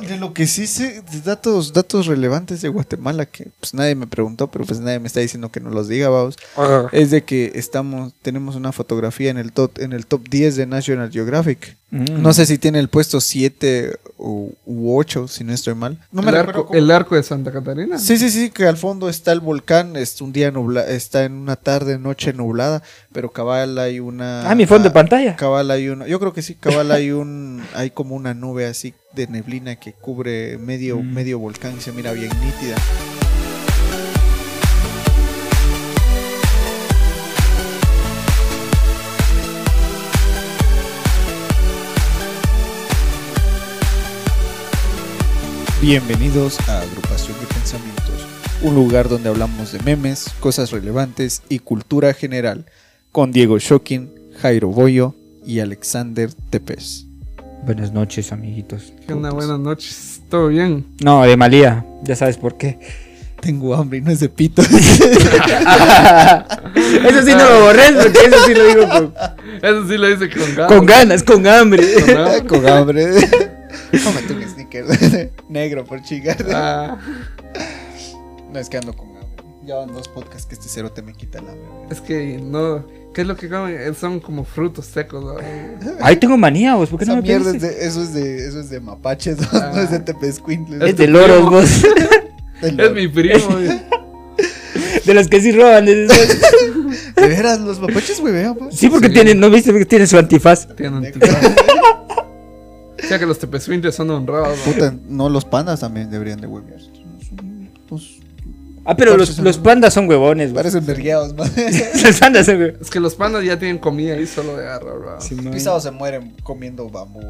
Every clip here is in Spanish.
De lo que sí sé, de datos, datos relevantes de Guatemala, que pues nadie me preguntó, pero pues nadie me está diciendo que no los diga, vamos, Ajá. es de que estamos, tenemos una fotografía en el top, en el top 10 de National Geographic. Mm. No sé si tiene el puesto 7 u, 8, si no estoy mal. No me el, recuerdo arco, cómo- el arco de Santa Catarina. Sí, sí, sí, que al fondo está el volcán, es un día nublado, está en una tarde, noche nublada, pero cabal hay una... Ah, mi fondo de ah, pantalla. Cabal hay uno, yo creo que sí, cabal hay un, hay como una nube así de neblina que cubre medio, Mm. medio volcán y se mira bien nítida. Bienvenidos a Agrupación de Pensamientos, un lugar donde hablamos de memes, cosas relevantes y cultura general, con Diego Shokin, Jairo Boyo y Alexander Tepes. Buenas noches, amiguitos. Que una buena noche. Todo bien. No, de Malía, ya sabes por qué. Tengo hambre y no es de pito. eso sí no lo borres, porque eso sí lo digo con, Ah. Eso sí lo dice con ganas. con ganas, con hambre. Con ganas. Con hambre. Cómete un sneaker negro por chingar. Ah, No es que ando con hambre. Ya van dos podcasts que este cero te me quita el hambre. es que no. ¿Qué es lo que comen? Eh, Son como frutos secos. ¿no? Ahí tengo manía, vos, ¿por qué Esa no me mierda pediste? es de, eso es de, eso es de mapaches, no, Ah. no es de tepescuintles. Es de loros, vos. Del- Es mi primo. eh. De los que sí roban. de esos. De veras, los mapaches huevean, pues. Sí, porque Sí. tienen, ¿no viste que tienen su antifaz? Tienen Negro. O sea que los tepezuintes son honrados. ¿no? Puta, no, los pandas también deberían de huevear. Pues, Ah, pero los, los pandas son huevones, vos. parecen vergueados, madre. Los pandas son huevones. Es que los pandas ya tienen comida ahí solo de agarrar. ¿no? Pisados se mueren comiendo bambú.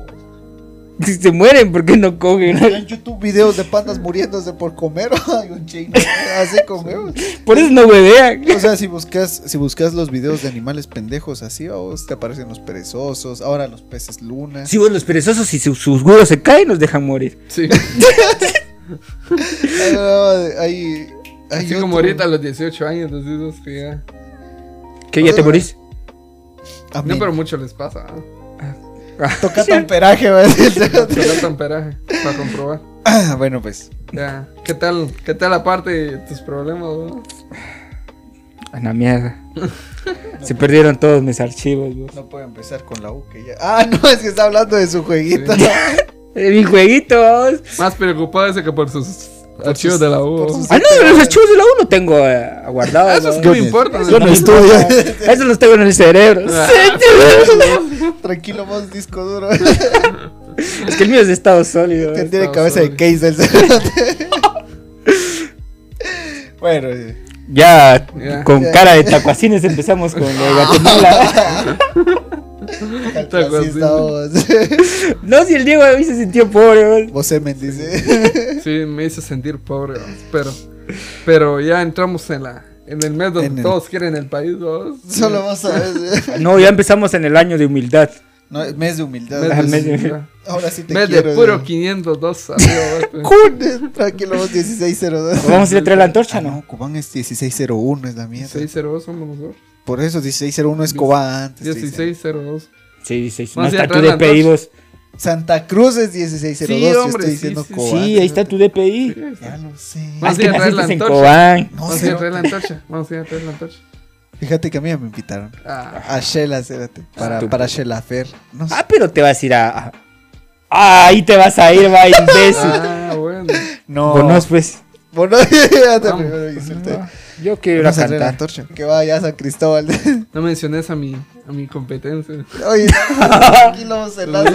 Si se mueren, ¿por qué no Hay cogen? en YouTube videos de pandas muriéndose por comer. Hay un chingo. Así comemos. Por eso no huevean. O sea, si buscas, si buscas los videos de animales pendejos así, a vos te aparecen los perezosos, ahora los peces luna. Si vos los perezosos, si sus, sus huevos se caen, los dejan morir. Sí. Ah, hay, hay Así como otro. ahorita a los 18 años, los esos que ya. ¿Qué, ya te morís? A mí, No, pero mucho les pasa. ¿no? toca tamperaje, va a decir. Se gastan peraje para comprobar. Ah, bueno, pues. Ya. ¿Qué tal? ¿Qué tal aparte de tus problemas? no? A la mierda. Se perdieron todos mis archivos, vos. No puedo empezar con la U que ya. Ah, no, es que está hablando de su jueguito. Eh, Mi jueguito, vos. Más preocupado ese que por sus archivos sus- de la por U. sus- Ah, no, los archivos de la U no tengo eh, guardados. Eso es ¿no? Ah, que me importa. Yo no ¿no? estudio. Eso los tengo en el cerebro. Ah. Tranquilo, vos, disco duro. es que el mío es de estado sólido. Te ¿ves? tiene no, cabeza de sorry. case del cerote. Bueno, eh, Ya, Ya. con Ya. cara de tacuacines empezamos con lo de Guatemala. al Tal cual, clasista, no, si el Diego hoy se sintió pobre, vos. vos. Vos se mendice. Sí, me hizo sentir pobre, vamos, pero, pero ya entramos en la en el mes donde En el- todos quieren el país, vamos. Solo vos sabés. eh. No, ya empezamos en el año de humildad. No, es mes de humildad. Mes, Ah, de, mes de- mira, Ahora sí te mes de quiero. puro eh. 502 arriba, vamos, Cun, Tranquilo, vos 1602. Vamos a ir a traer la Ah, antorcha, ¿no? no, Cobán es 1601, es la mierda. 1602 somos nosotros. Por eso 1601 es Cobán. antes, te dicen. 1602. Sí, sí, sí. No Vamos a ir a está tu traer la DPI, vos. Santa Cruz es 1602. Sí, yo hombre, estoy sí, diciendo sí, sí. Cobán. Sí, ahí está tu DPI. Ya lo sé. Ah, Vamos es a ir que a traer naciste la en antorcha. Cobán. No, Vamos a ir a traer la cerote. antorcha. Vamos a ir a traer la antorcha. Fíjate que a mí ya me invitaron. Ah, A Shela, espérate. Para, Estúpido. para Shela Fer. No sé. Ah, pero te vas a ir a. a- Ah, ahí te vas a ir, va, imbécil. ah, bueno. No. Bonos, pues. Bono, ya te Vamos. primero insulté. Yo quiero ir a Vamos a traer la cantar. antorcha. Que vaya a San Cristóbal. No menciones a mi a mi competencia. Oye, tranquilo, Celama.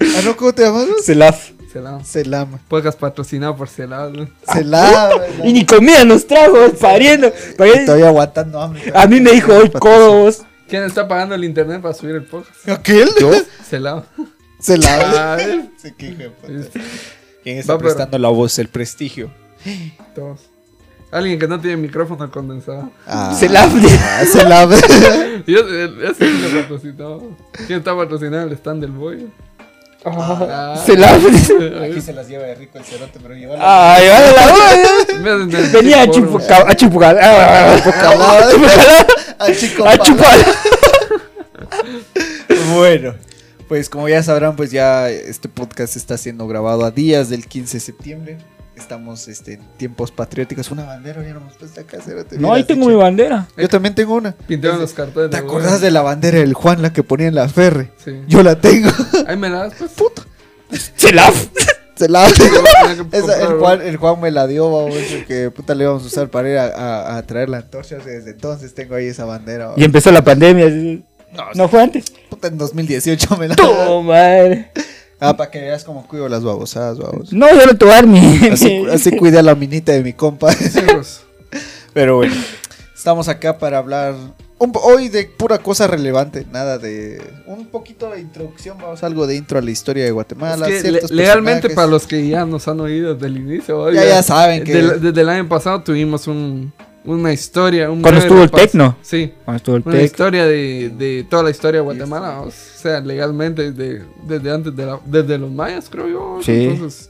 Ah, no, ¿cómo te llamas? Selaf. Celado. Celama. Podcast patrocinado por Celado. Celama. Y ni comida nos trajo, pariendo. pariendo. Estoy aguantando hambre. A mí me dijo hoy codo, vos. ¿Quién está pagando el internet para subir el podcast? ¿Aquel? Celado. Celama. Ah, ¿eh? Se queja, puta. Este, ¿Quién Va, pero- la voz? El prestigio. todos. Alguien que no tiene micrófono condensado. Ah, Selaf. ah, Celama. Y eh, es- es- ese es el patrocinado. ¿Quién está patrocinando el stand del boy? Ah. Selaf. Aquí se las lleva de rico el cerote, pero lleva Ay, vale la En vez de- Venía a por- chupucar. A chupucar. Ah, Chupacabra. A chupucar. Ah, chico. A pa- chupar. Bueno. Pues como ya sabrán, pues ya este podcast está siendo grabado a días del 15 de septiembre. Estamos este, en tiempos patrióticos. Una bandera hubiéramos puesto acá. cero, te No, hubieras ahí tengo dicho. mi bandera. Yo también tengo una. Pintaron los cartones. ¿Te güey. acordás de la bandera del Juan, la que ponía en la ferre? Sí. Yo la tengo. Ahí me la das, pues. Puta. ¡Chelaf! Se la... Yo tenía que Esa, el, comprar, Juan, el Juan me la dio, vamos, que puta le íbamos a usar para ir a, a- a traer la antorcha. Desde entonces tengo ahí esa bandera. vamos. Y empezó la pandemia. así- No fue antes. Puta, en 2018 me la ¡No, madre! Ah, para que veas cómo cuido las babosadas, vamos. No, yo lo tomar mi. Así, mi- así cuida la minita de mi compa. Sí, pues. Pero bueno, estamos acá para hablar un po- hoy de pura cosa relevante, nada de un poquito de introducción, vamos algo de intro a la historia de Guatemala. Es que le- ciertos legalmente, personajes. para los que ya nos han oído desde el inicio, ¿va? Ya- ya saben que- del- desde el año pasado tuvimos un, una historia. Un Cuando breve estuvo el repaso. tecno. Sí, Cuando estuvo el una tec. historia de, de toda la historia de Guatemala. O sea, legalmente, desde, desde antes, de la- desde los mayas, creo yo. Sí. Entonces,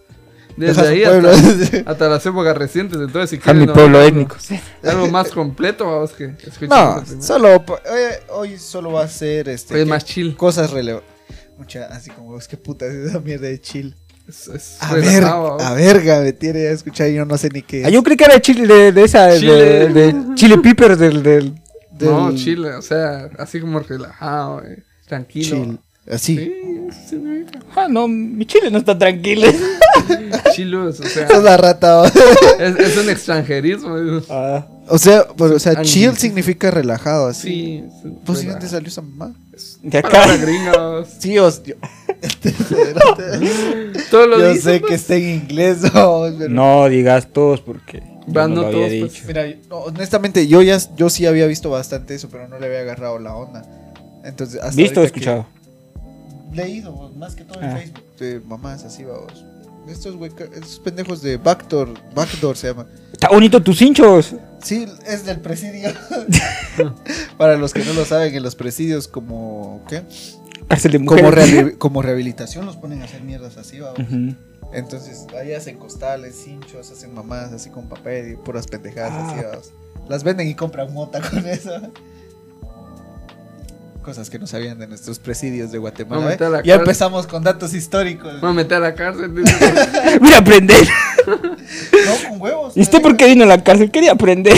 Deja desde su ahí pueblo. hasta, hasta las épocas recientes. Entonces, si A mi quieren. ¿no? pueblo algo- étnico. Algo más completo, vamos que escuchen eso No, primero. solo po- eh, hoy solo va a ser este Oye, que- más chill. cosas relevantes. Mucha, así como es que puta es esa mierda de chill. Es, es A ver, relajado, ¿va? a verga, me tiene a escuchar yo no sé ni qué. Ah, yo creí que era chile de, de esa. de- Chile. De, Chile Piper del. del- No, del- chill, o sea, así como relajado, eh, tranquilo. chill. Así. Sí, eso significa. Ah, no, mi chile no está tranquilo. Chilos, o sea, Esa es la rata. ¿va? es, es un extranjerismo. es- Ah, O sea, pero, o sea, Anglicismo. chill significa relajado, así. Sí, es un ¿Pues ¿y relajo, dónde salió esa mamá? es de acá. palabra gringa, o sea, Sí, os- yo, Todo lo yo pues. dicen, sé ¿no? que está en inglés, oh, vamos, pero- No digas todos porque. yo Van no no lo había todos, dicho. pues. Mira, yo- no, honestamente, yo ya yo sí había visto bastante eso, pero no le había agarrado la onda. Entonces, hasta ¿Visto o ahorita que- escuchado? Leído, vos, más que todo en Ah. Facebook. De mamás, así vamos. Estos, hueca- estos pendejos de Backdoor, Backdoor se llama. Está bonito tus hinchos. Sí, es del presidio. Para los que no lo saben, en los presidios como ¿qué? Cárcel de mujeres. Como, rehabi- como rehabilitación los ponen a hacer mierdas así, vamos. Ujú. Entonces, ahí hacen costales, hinchos, hacen mamás así con papel y puras pendejadas Ah. así. vamos. Las venden y compran mota con eso. Cosas que no sabían de nuestros presidios de Guatemala. Vamos a meter ¿eh? a la Ya cárcel. empezamos con datos históricos. Me voy a meter a la cárcel. dice. Voy a aprender. No, con huevos. ¿Y usted marica. por qué vino a la cárcel? Quería aprender.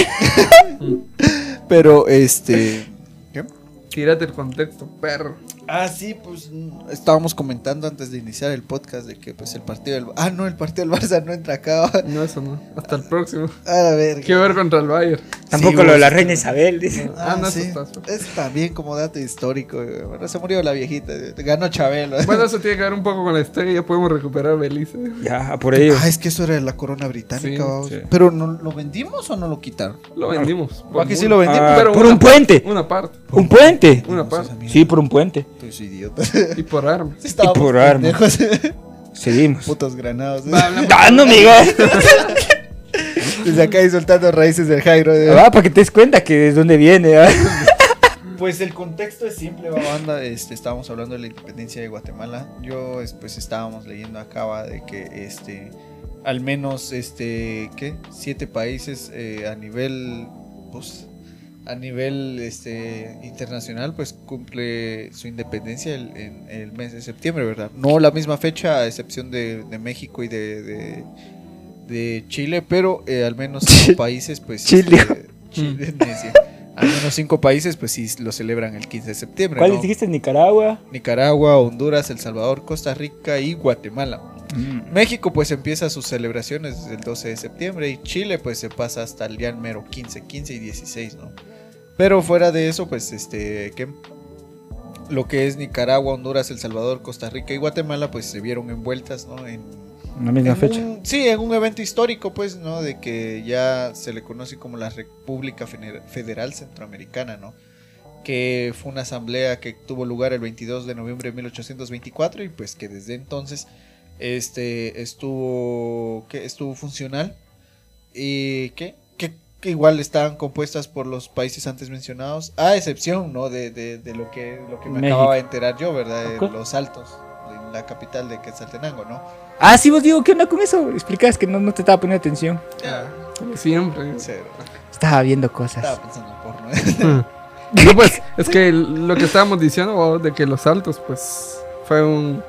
Pero este. ¿Qué? Tírate el contexto, perro. Ah, sí, pues mm, estábamos comentando antes de iniciar el podcast de que pues el partido del. Ah, no, el partido del Barça no entra acá. No, eso no. Hasta el próximo. A la verga. Quiero ver contra el Bayern. Tampoco vos. lo de la reina Isabel, dice. Ah, Ah, no, eso sí. está- Es también como dato histórico. güey. Bueno, se murió la viejita. güey. Ganó Chabelo. Bueno, eso tiene que ver un poco con la historia. Ya podemos recuperar Belice. Ya, a por ellos. Ah, es que eso era de la corona británica. Sí, vamos. sí. Pero ¿no, ¿lo vendimos o no lo quitaron? Lo vendimos. ¿Para qué sí lo vendimos? Ah, pero por una un parte- puente. Una parte. ¿Un puente? Una No seas parte. amigo. Sí, por un puente. Pues idiota. Y por armas. Estábamos por arma. pendejos. Seguimos. Putos granados. ¿eh? Va, hablamos- Ah, no, amigo. Desde acá y soltando raíces del Jairo. ¿eh? güey. Ah, para que te des cuenta que es donde viene. ah. Pues el contexto es simple, va, banda. Este, estábamos hablando de la independencia de Guatemala. Yo, es- pues, estábamos leyendo acá va, de que, este, al menos, este, ¿qué? Siete países eh, a nivel, pues, a nivel, este, internacional, pues, cumple su independencia el, en el mes de septiembre, ¿verdad? No la misma fecha, a excepción de, de México y de, de, de Chile, pero eh, al menos cinco países, pues, Chile. este, Chile, necio. Al menos cinco países, pues sí lo celebran el 15 de septiembre. ¿no? ¿Cuáles dijiste? Nicaragua. Nicaragua, Honduras, El Salvador, Costa Rica y Guatemala. Mm, México, pues empieza sus celebraciones desde el 12 de septiembre y Chile, pues se pasa hasta el día mero 15, 15 y 16, ¿no? Pero fuera de eso, pues este, que lo que es Nicaragua, Honduras, El Salvador, Costa Rica y Guatemala, pues se vieron envueltas, ¿no? En, La misma en fecha. un- sí, en un evento histórico, pues, ¿no? De que ya se le conoce como la República Fener- Federal Centroamericana, ¿no? Que fue una asamblea que tuvo lugar el 22 de noviembre de 1824 y pues que desde entonces este, estuvo, que estuvo funcional y que, que- que igual estaban compuestas por los países antes mencionados, a excepción, ¿no? De, de- de lo, que, lo que me México. acababa de enterar yo, ¿verdad? De Ok. los altos, en la capital de Quetzaltenango, ¿no? Ah, sí, vos digo, ¿qué onda con eso? Explicas que no, no te estaba poniendo atención. Ah, como siempre. Cero. Estaba viendo cosas. Estaba pensando en porno. ¿eh? Mm. No, pues, es que el- lo que estábamos diciendo, oh, de que los saltos, pues, fue un,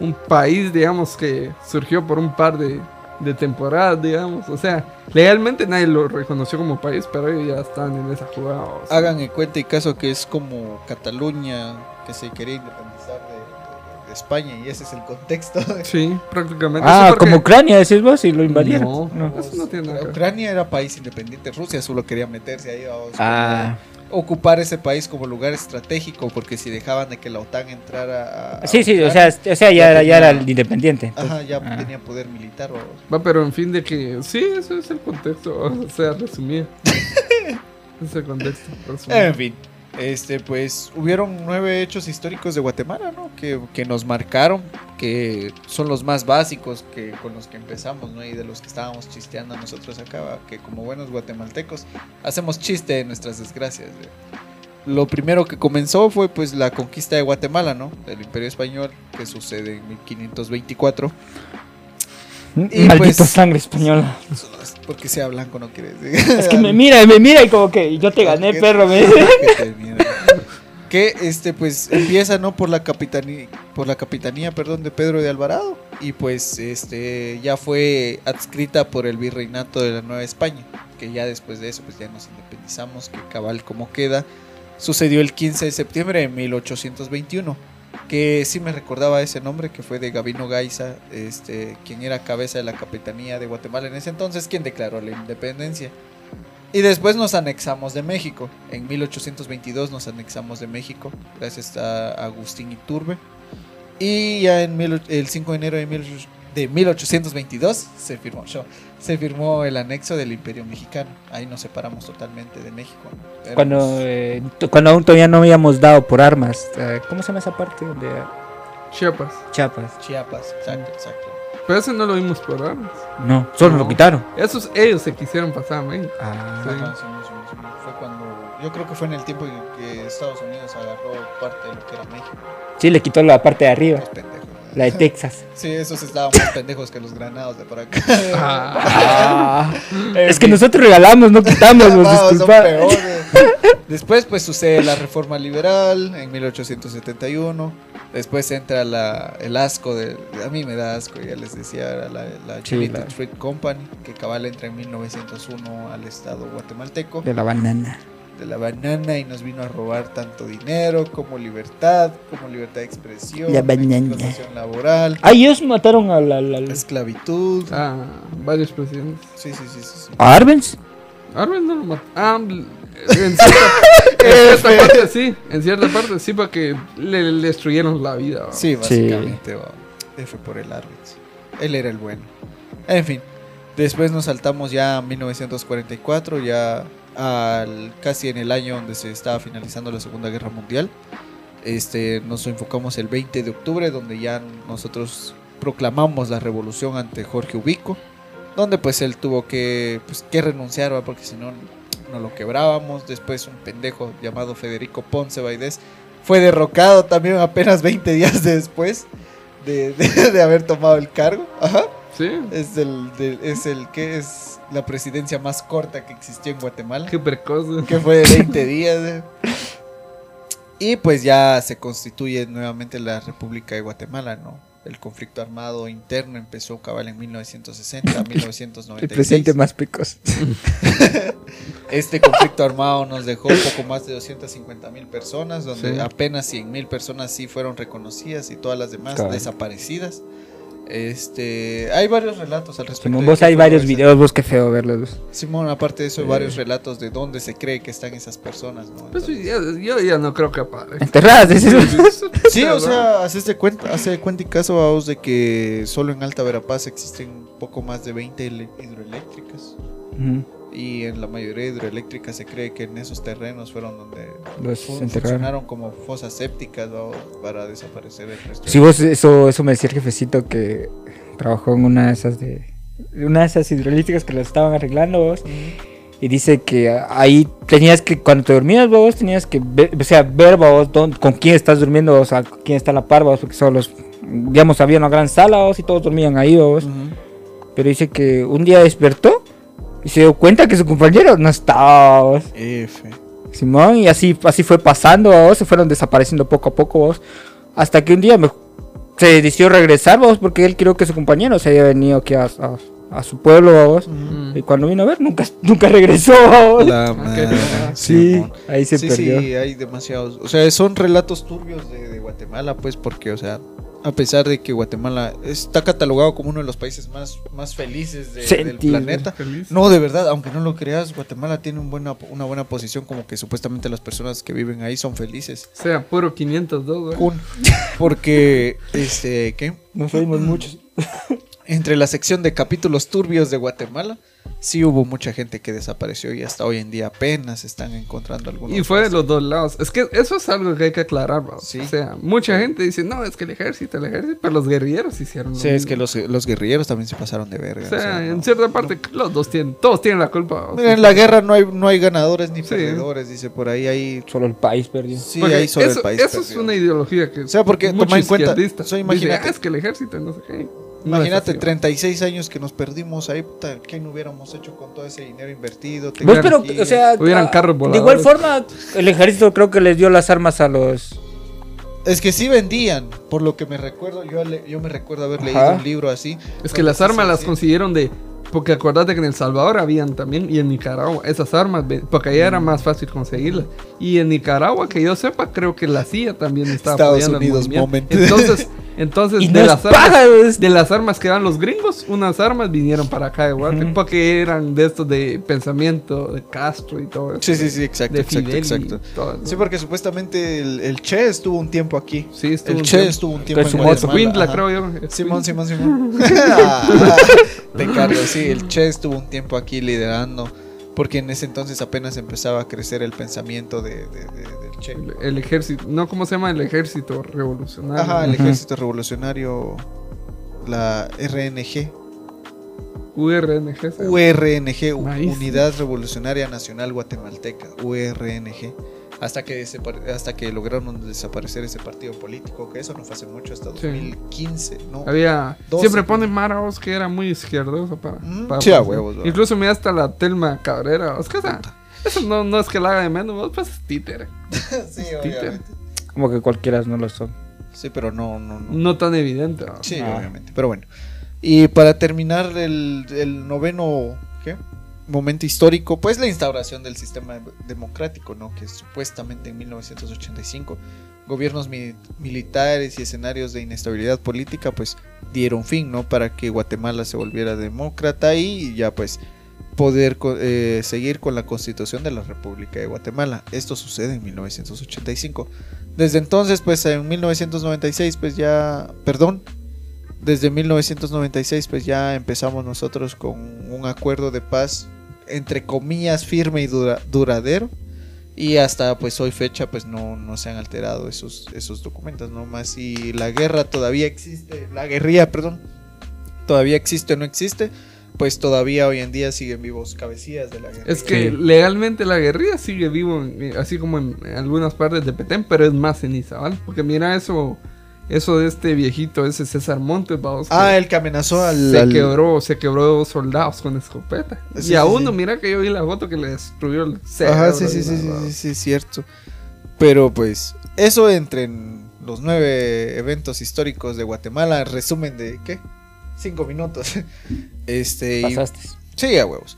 un país, digamos, que surgió por un par de, de temporadas, digamos. O sea, legalmente nadie lo reconoció como país, pero ellos ya están en esa jugada. o sea. Hagan en cuenta y caso que es como Cataluña que se quería independizar de, de- de España y ese es el contexto. Sí, prácticamente. Ah, Sí, porque- como Ucrania, decís vos, y lo invadieron. No, eso no tiene nada que ver. Ucrania era país independiente, Rusia solo quería meterse ahí. vamos, Ah, ocupar ese país como lugar estratégico porque si dejaban de que la OTAN entrara a- sí, sí, o Ucrania, sea, es- o sea ya, era, ya era el independiente. ajá, ya ah. tenía poder militar o Va, pero en fin de que... Sí, eso es el contexto. O sea, resumido. es el contexto. resumido. En fin, este, pues hubieron nueve hechos históricos de Guatemala, ¿no? Que, que nos marcaron, que son los más básicos que con los que empezamos, ¿no? Y de los que estábamos chisteando nosotros acá, ¿va? que como buenos guatemaltecos hacemos chiste de nuestras desgracias. ¿ve? Lo primero que comenzó fue pues la conquista de Guatemala, ¿no? Del Imperio Español, que sucede en 1524. Y Mm, Maldito pues- sangre española. Porque sea blanco no quieres. Es que me mira, me mira y como que yo te gané, perro. Me dice. Que te mierda. Que este pues empieza no por la capitanía por la capitanía, perdón, de Pedro de Alvarado y pues este ya fue adscrita por el virreinato de la Nueva España, que ya después de eso pues ya nos independizamos, que cabal como queda. Sucedió el 15 de septiembre de 1821, que sí me recordaba ese nombre que fue de Gabino Gaiza, este quien era cabeza de la capitanía de Guatemala en ese entonces, quien declaró la independencia. Y después nos anexamos de México. En 1822 nos anexamos de México, gracias a Agustín Iturbe. Y ya en mil- el 5 de enero de, mil- de 1822 se firmó, yo- se firmó el anexo del Imperio Mexicano. Ahí nos separamos totalmente de México. Éramos- Cuando, eh, t- cuando aún todavía no habíamos dado por armas. eh, ¿Cómo se llama esa parte? De Chiapas. Chiapas. Chiapas, exacto, exacto. Pero eso no lo vimos por armas. No, solo No. lo quitaron. Esos ellos se quisieron pasar a México. Ah, Sí. Ajá, sí, sí, sí, sí. Fue cuando, yo creo que fue en el tiempo en que Estados Unidos agarró parte de lo que era México. sí, le quitó la parte de arriba, Los pendejos. ¿no? la de Texas. Sí, esos estaban más pendejos que los granados de por acá. Ah, es que nosotros regalamos, no quitamos, vos, Vamos, son disculpa. peores. Después, pues sucede la reforma liberal en 1871. Después entra la, el asco de. A mí me da asco, ya les decía, era la, la Sí, Chilito la- Street Company, que cabal entra en 1901 al estado guatemalteco De la banana. de la banana y nos vino a robar tanto dinero como libertad, como libertad de expresión, La banana. explotación laboral, Ah, ellos mataron a la. la- la- esclavitud. ah, varios presidentes. Sí, sí, sí, sí, sí. ¿A Arbenz? Arbenz no lo mató. Ah, bl- en cierta, en cierta parte sí. En cierta parte sí, porque le, le destruyeron la vida. ¿va? Sí, Sí. básicamente. va. F por el árbitro. Él era el bueno. En fin. Después nos saltamos ya a 1944, ya al, casi en el año donde se estaba finalizando la Segunda Guerra Mundial. Este, nos enfocamos el 20 de octubre, donde ya nosotros proclamamos la revolución ante Jorge Ubico, donde pues él tuvo que, pues, que renunciar, ¿va? porque si no, no lo quebrábamos. Después un pendejo llamado Federico Ponce Baidés fue derrocado también apenas 20 días después de, de- de haber tomado el cargo. Ajá. Sí. Es el, del- es el que es la presidencia más corta que existió en Guatemala, Qué precoz. que fue de 20 días. eh. Y pues ya se constituye nuevamente la República de Guatemala, ¿no? El conflicto armado interno empezó cabal en 1960, El presidente 1996. más picos. Este conflicto armado nos dejó un poco más de 250 mil personas, donde Sí. apenas 100 mil personas sí fueron reconocidas y todas las demás Cabal. desaparecidas. Este, hay varios relatos al respecto. Simón, de vos qué hay fue varios esa- videos, vos qué feo verlos. Simón, aparte de eso, hay varios relatos de dónde se cree que están esas personas, ¿no? Pues Entonces- yo, yo ya no creo que aparezca. Enterradas, decís vos. sí, o sea, haces de cuenta, hace de cuenta y caso a vos de que solo en Alta Verapaz existen poco más de 20 ele- hidroeléctricas. Ujú, Y en la mayoría de hidroeléctricas se cree que en esos terrenos fueron donde Los Fu- enterraron. Funcionaron como fosas sépticas ¿no? para desaparecer el resto. Si vos, eso, eso me decía el jefecito que trabajó en una de esas de. Una de esas hidrolíticas que las estaban arreglando vos. Y dice que ahí tenías que, cuando te dormías vos, tenías que ver, o sea, ver vos dón- con quién estás durmiendo, o sea, con quién está a la par vos, porque solo los, digamos, había una gran sala vos y todos dormían ahí vos. Pero dice que un día despertó y se dio cuenta que su compañero no estaba vos. F. Simón, y así, así fue pasando, vos, se fueron desapareciendo poco a poco, vos. Hasta que un día me se decidió regresar, vamos, porque él creo que su compañero se había venido aquí a, a- a su pueblo, vamos. Mm. Y cuando vino a ver, nunca, nunca regresó, vamos. La madre. Sí, ahí se sí, perdió. sí, hay demasiados. O sea, son relatos turbios de, de Guatemala, pues, porque, o sea, a pesar de que Guatemala está catalogado como uno de los países más, más felices de- del Sentido. planeta. Feliz. No, de verdad, aunque no lo creas, Guatemala tiene un buena, una buena posición, como que supuestamente las personas que viven ahí son felices. O sea, puro 502, güey. Un- Porque, este, ¿qué? Nos fuimos muchos. Entre la sección de capítulos turbios de Guatemala, sí hubo mucha gente que desapareció y hasta hoy en día apenas están encontrando algunos. Y fue de restos. los dos lados. Es que eso es algo que hay que aclarar, bro. Sí. O sea, mucha gente dice, no, es que el ejército, el ejército, pero los guerrilleros hicieron lo Sí, es mismo. que los, los guerrilleros también se pasaron de verga. O o sea, sea, en no. cierta parte, los dos tienen, todos tienen la culpa. o sea, Mira, en la guerra no hay, no hay ganadores ni Sí. perdedores, dice por ahí. Hay, Solo el país perdió. sí, porque hay sobre eso, el país. eso es perdido. una ideología que. O sea, porque mucho toma en cuenta, izquierdista o sea, dice, imagínate. "Ah, es que el ejército, no sé qué. No es Imagínate, así, bro. 36 años que nos perdimos ahí, puta, ¿qué no hubiéramos hecho con todo ese dinero invertido? Vos, Hubieran- Pues, pero, tecnología? o sea, hubieran ah, carros de igual voladores. forma, el ejército creo que les dio las armas a los. Es que sí vendían, por lo que me recuerdo, yo, le- yo me recuerdo haber leído Ajá. un libro así. Es que las Sí, sí, armas las sí. consiguieron de. Porque acuérdate que en El Salvador habían también, y en Nicaragua, esas armas, ve- porque allá Mm. era más fácil conseguirlas. Y en Nicaragua, que yo sepa, creo que la CIA también estaba Estados apoyando el Unidos, movimiento. moment. Entonces, entonces Y de, no es las paja, armas, es- de las armas que dan los gringos, unas armas vinieron para acá de Guate, Ujú. porque eran de estos de pensamiento, de Castro y todo eso. Sí, sí, sí, exacto, de exacto, Fidel y exacto. todo eso. Sí, porque supuestamente el, el Che estuvo un tiempo aquí. Sí, estuvo El un Che tiempo. estuvo un tiempo Con su en moto. Guatemala, Escuintla, ajá. creo yo. Simón, Escuintla. Simón, Simón. Ah, Te cargo, sí. El Che estuvo un tiempo aquí liderando. Porque en ese entonces apenas empezaba a crecer el pensamiento de, de- de- del Che. El, el ejército, no, ¿cómo se llama? El ejército revolucionario. Ajá, el Ujú. ejército revolucionario. La RNG. URNG. se llama. URNG, U- Maíz. Unidad Revolucionaria Nacional Guatemalteca. URNG. Hasta que, desapar- hasta que lograron desaparecer ese partido político, que eso no fue hace mucho, hasta Sí. 2015, ¿no? Había. Doce. Siempre ponen Mara Oz, que era muy izquierdoso para. Mm, para sí, a pasar. huevos, ¿verdad? Incluso me hasta la Telma Cabrera. Es que esa- eso no, no es que la haga de menos, vos, pues es títere. sí, Títer. obviamente. Como que cualquiera no lo son. Sí, pero no, no, no. No tan evidente. ¿no? Sí, Ah. obviamente. Pero bueno. Y para terminar el, el noveno ¿qué? momento histórico, pues la instauración del sistema democrático, ¿no? Que supuestamente en 1985 gobiernos mi- militares y escenarios de inestabilidad política, pues dieron fin, ¿no? Para que Guatemala se volviera demócrata y ya pues poder co- eh, seguir con la constitución de la República de Guatemala. Esto sucede en 1985. Desde entonces, pues en 1996, pues ya, perdón, desde 1996 pues ya empezamos nosotros con un acuerdo de paz entre comillas firme y dura- duradero y hasta pues hoy fecha pues no, no se han alterado esos, esos documentos no más si la guerra todavía existe la guerrilla perdón todavía existe o no existe pues todavía hoy en día siguen vivos cabecillas de la guerra Es que Sí. legalmente la guerrilla sigue vivo, en- así como en algunas partes de Petén, pero es más en Izabal. Porque mira eso. Eso de este viejito, ese César Montes, vamos. que- ah el que amenazó al, se al- quebró, se quebró dos soldados con escopeta. Sí, y a sí, uno, sí. mira que yo vi la foto que le destruyó el cerebro. Ajá, sí, y sí, la- sí, sí, sí, sí, es cierto. Pero pues, eso entre en los nueve eventos históricos de Guatemala, resumen de, ¿qué? Cinco minutos. Este, y- Pasaste. sí, a huevos.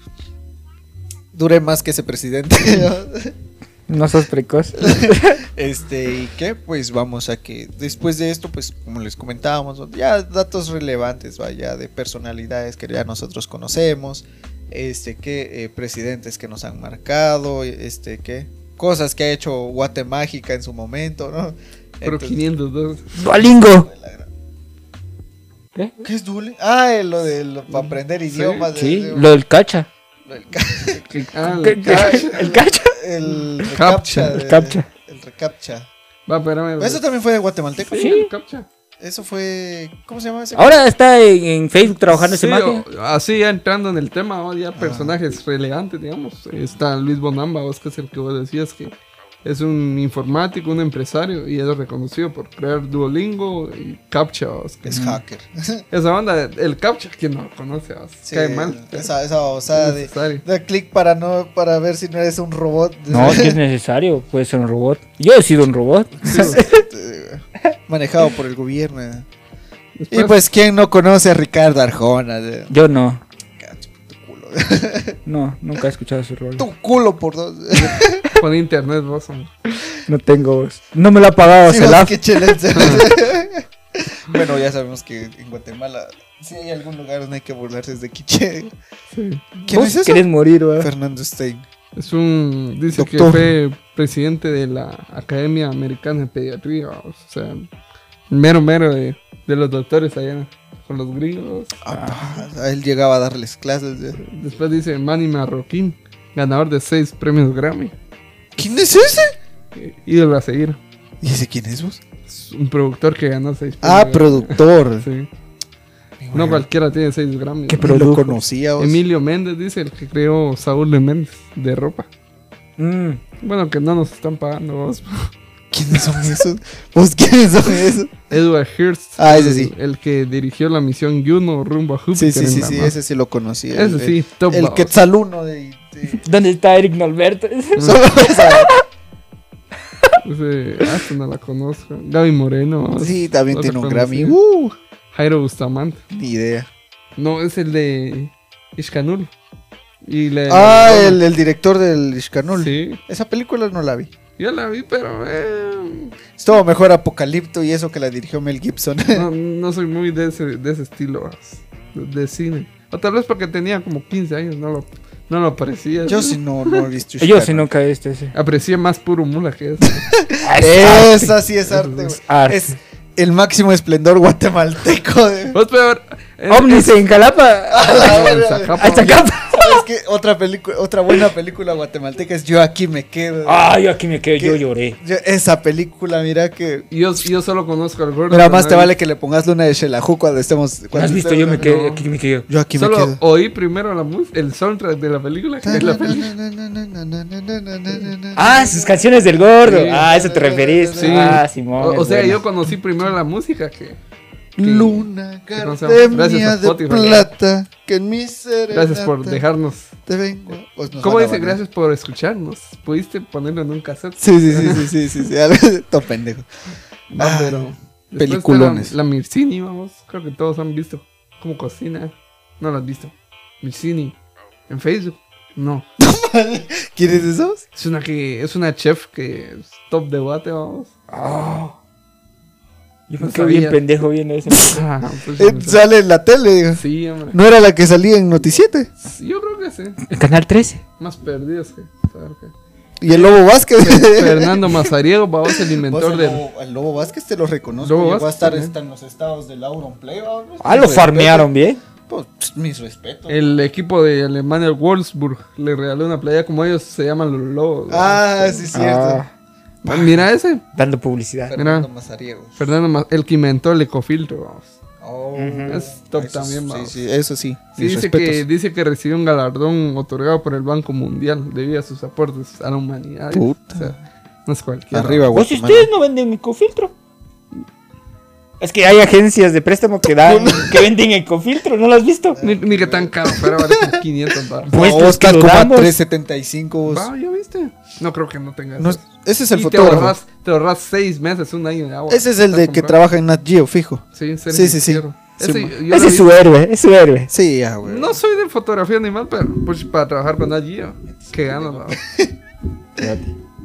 Duré más que ese presidente. ¿no? No sos precoz. Este, y qué, pues vamos a que después de esto, pues como les comentábamos, ya datos relevantes, vaya, de personalidades que ya nosotros conocemos, este, que eh, presidentes que nos han marcado, este, que cosas que ha hecho Guatemágica en su momento, ¿no? Pero Entonces- 502. Duolingo. ¿Qué? ¿Qué es Duolingo? Ah, eh, lo de lo- para aprender Sí, idiomas. de- Sí, de- lo del cacha. lo del ca- Ah, ¿Qué- qué- cacha. ¿El cacha? el recaptcha. Captcha. de- El captcha. El recaptcha. Va, espérame. Pues Eso también fue de guatemalteco. Sí, Sí. el captcha. Eso fue, ¿cómo se llama ese? Ahora está en, en Facebook trabajando Sí, ese mago. o- así ya entrando en el tema, oh, Ah. ya personajes relevantes, digamos. Está Luis Bonamba, vos que es el que vos decías que es un informático, un empresario y es reconocido por crear Duolingo y Captcha. vos, que- Es hacker. Esa banda, el Captcha, quien no lo conoce, vos, Sí, cae mal. Esa, esa babosada de Necesario. da clic para no para ver si no eres un robot. No, que es necesario. Puede ser un robot. Yo he sido un robot. Manejado por el gobierno. Y Después, pues, ¿quién no conoce a Ricardo Arjona? De- Yo no. Cacho, Tu culo, No, nunca he escuchado su rol. tu culo por dos. pues- pon internet, vos. hombre. No tengo voz. No me lo ha pagado, Sí, se vos, la. qué chelense. bueno, ya sabemos que en Guatemala, si hay algún lugar donde hay que burlarse es de Quiche. Sí. ¿Quién es eso? ¿Quieres morir, va? Fernando Stein. Es un. Dice Doctor. que fue presidente de la Academia Americana de Pediatría. O sea, el mero mero de, de los doctores allá con los gringos. Ah, pa, él llegaba a darles clases. de- Después dice Manny Marroquín, ganador de seis premios Grammy. ¿Quién es ese? eh, Ídolo a seguir. ¿Y ese quién es vos? Es un productor que ganó seis premios. Ah, Grammy. productor. Sí. Bueno, No cualquiera tiene seis Grammys. Qué ¿no? pro- ni lo produjo. conocía vos. Emilio Méndez dice el que creó Saúl de Méndez de ropa. Mm, Bueno, que no nos están pagando vos. ¿Quiénes son esos? ¿Vos quiénes son esos? Edward Hearst. Ah, ese sí. El, el que dirigió la misión Juno rumbo a Sí, Júpiter. sí, en sí, la sí, mar. ese sí lo conocía. Ese el- sí, top El boss. quetzaluno de... de- ¿Dónde está Eric Norberto? Solo esa- Ese- ah, esa no la conozco. Gaby Moreno. vos. Sí, también No tiene un recuerdo, Grammy. sí. Uh, Jairo Bustamante. ni idea. No, es el de Ishkanul. Y la- ah, bueno, el, el director del Ishkanul. Eh, Sí, Esa película no la vi. yo la vi, pero eh, Estuvo mejor Apocalipto y eso que la dirigió Mel Gibson. no, no soy muy de ese, de ese estilo vos, de, de cine. O tal vez porque tenía como 15 años, no lo, no lo parecía. Yo sí no, no he visto Yo sí Ishkanul. nunca he visto ese. Aprecié más puro mula que eso. Esa sí es Ah, arte, güey. Es arte. Es el máximo esplendor guatemalteco. de- Vos peor. eh, Ovnis en Jalapa. A la No, en verga, güey. Zacapa, Hasta acá. ¿Sabes qué? Otra, película, otra buena película guatemalteca es Yo aquí me quedo. güey. Ay, yo aquí me quedo, yo ¿Qué? lloré. Yo- esa película, mira que... Yo, yo solo conozco al gordo. Mira, más te ¿no? vale que le pongas luna de Shelahu cuando estemos... Cuando ¿Has visto? estemos- Yo me quedo, no. aquí me quedo. Yo aquí Solo me quedo. oí primero la mus- el soundtrack de la película. que es la película. Ah, sus canciones del gordo. Sí. Ah, eso te referís. Sí. Ah, Simón. O, o es sea, buena. yo conocí primero la música que. Luna, Que no se llama. Gracias gardenia a de Spotify. plata, que en mi serenata Gracias por dejarnos. Pues, te vengo. Pues nos ¿Cómo van a dice? banear. Gracias por escucharnos. Pudiste ponerlo en un cassette. Sí, sí, sí, sí, sí, sí, sí, algo de- todo pendejo. No, Ah, pero. después peliculones. está La, la Mircini, vamos. Creo que todos han visto. Como cocina. No la has visto. Mircini. En Facebook. No. ¿Quieres esos? Es una que. Es una chef que es top de guate, vamos. Oh. Yo No me quedo bien sabía. pendejo viendo ese. Ah, pues, Eh, sale en la tele, digo. Sí, hombre. No era la que salía en Noticiete. Yo creo que sí. El canal 13. Más perdidos que. saber qué. Y el Lobo Vázquez. Fernando Mazariego, vamos, el inventor Pues el, del. Lobo, el Lobo Vázquez te lo reconozco. Lobo Llegó a Vázquez estar también. hasta en los estados de Lauron Play. ¿no? Ah, lo Mis farmearon bien. respetos. Pues, pss, mis respetos. El equipo de Alemania, el Wolfsburg, le regaló una playa como ellos se llaman los lobos. Ah, sí, cierto. Ah, Ah, Mira ese, dando publicidad. Fernando mira. Mazariegos. Fernando, Ma- el que inventó el ecofiltro. Vamos. Oh, Es top eso también, sí, vamos. sí, eso sí. Sí, mis dice, respetos. que, dice que recibió un galardón otorgado por el Banco Mundial debido a sus aportes a la humanidad. Puta. O sea, no es cualquiera. Arriba, O Pues, si Guatemala. ustedes no venden ecofiltro. Es que hay agencias de préstamo que dan, que venden ecofiltro, ¿no lo has visto? Ni, ni que tan caro, pero vale como 500 dólares. Pues, No, los está que como a dudamos. 375. vos. Va, ¿ya viste? No creo que no tengas. Pues, No, ese es el y Te fotógrafo. ahorras, te ahorras seis meses, un año de agua. Ese es el Estás de que comprando. trabaja en Nat Geo, fijo. Sí, Sergio Sí, sí, sí. Izquierdo. Ese Sí, yo- ma. yo lo Ese es vi. su héroe, es su héroe. Sí, ya, güey. No soy de fotografía animal, pero pues para trabajar con allí, que gana la-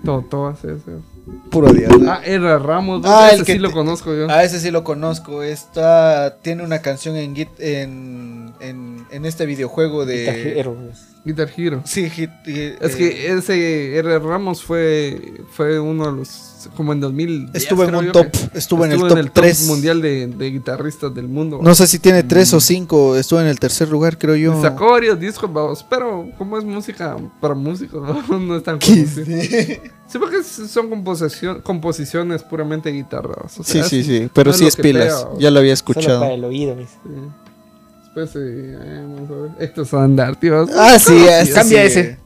todo, todo hace eso. Puro diablo. Ah, era Ramos, Ah, el ese que sí lo te- Ah. conozco yo. A ese sí lo conozco. Está, tiene una canción en, Git- en, en, en este videojuego de. Guitarrero, pues. Guitar Hero. Sí, Hit- eh, Es eh, que ese R. Ramos fue, fue uno de los. Como en 2000. Estuvo en un top, estuvo en el top tres. mundial de, de guitarristas del mundo. No sé si tiene tres o cinco. Estuvo en el tercer lugar, creo yo. Sacó varios discos, vamos, pero como es música para músicos, no, No es tan ¿Qué? conocido. Sí, porque s- son composición- composiciones puramente de guitarra. o sea, Sí, es- sí, sí. Pero no sí lo es que pilas. pega, o- Ya lo había Solo para escuchado. el oído, mis. Sí. Después, este, eh, eh, vamos a ver. Héctor Sandarti, vamos. Ah, sí, ese Cambia sí. ese.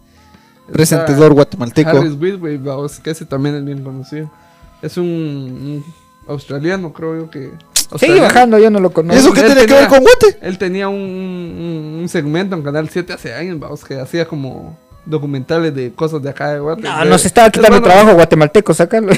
Presentador guatemalteco. Harris Whitway, vamos, que ese también es bien conocido. Es un, un australiano, creo yo que. Sigue australiano. bajando, yo no lo conozco. ¿Eso qué él tiene que tenía- ver con Guate? Él tenía un, un- un segmento en Canal 7 hace años, vamos, que hacía como documentales de cosas de acá de Guatemala. No, nos estaba quitando trabajo guatemalteco, sácalo.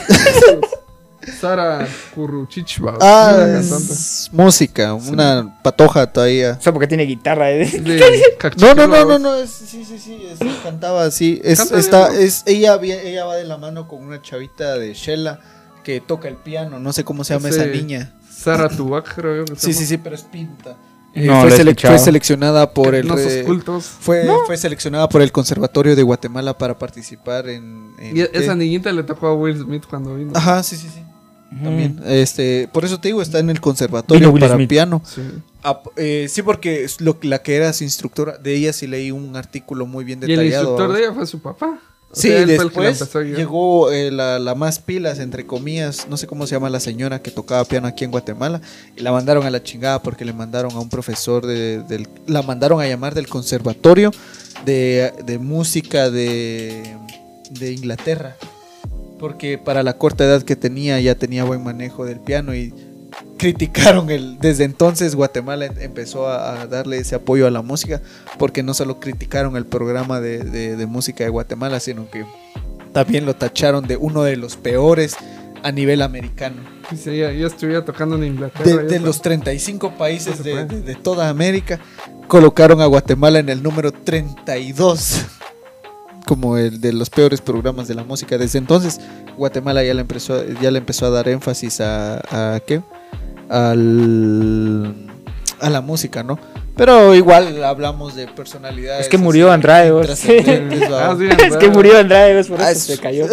Sara Kuruchich, va, Ah, una cantante. es música, una patoja todavía. Solo porque tiene guitarra. ¿eh? De No, Cachiquel, no, no, va, no, vos. no, es- sí, sí, sí, es- cantaba así. Es, Canta bien, está, ¿no? es, ella, vi- ella va de la mano con una chavita de Shella que toca el piano, no sé cómo se llama Ese- esa niña. Sara Tubac, creo yo. Sí, sí, sí, pero es pinta. Eh, No, fue, la he sele- escuchado. fue seleccionada por el Los re- cultos. fue, fue seleccionada por el Conservatorio de Guatemala para participar en, en- Y e- esa eh, niñita le tocó a Will Smith cuando vino. Ajá, sí, sí, sí. Mm. También, este, por eso te digo, está en el Vino conservatorio Will para Smith. piano. Sí. Ah, eh, sí, porque es lo, la que era su instructora, de ella sí leí un artículo muy bien Y el detallado. instructor ¿vamos? de ella fue su papá. O Sí, sea, él fue el que la después empezó a guiar. llegó eh, la, la más pilas, entre comillas, no sé cómo se llama la señora que tocaba piano aquí en Guatemala, y la mandaron a la chingada porque le mandaron a un profesor, de, del- la mandaron a llamar del conservatorio de, de música de, de Inglaterra, porque para la corta edad que tenía ya tenía buen manejo del piano y criticaron el desde entonces Guatemala em- empezó a, a darle ese apoyo a la música porque no solo criticaron el programa de, de- de música de Guatemala sino que también lo tacharon de uno de los peores a nivel americano Dice, ella, yo estuviera tocando en Inglaterra. de, yo de ta- los 35 países No se de, de- puede. de toda América colocaron a Guatemala en el número 32 como el de los peores programas de la música desde entonces Guatemala ya le empezó ya le empezó a dar énfasis a, a qué al a la música no pero igual hablamos de personalidades Es que murió Andrade, vos. trascendentes, ¿va? Ah, sí, es que andaba. murió Andrade, vos, por Ah, eso es- se cayó.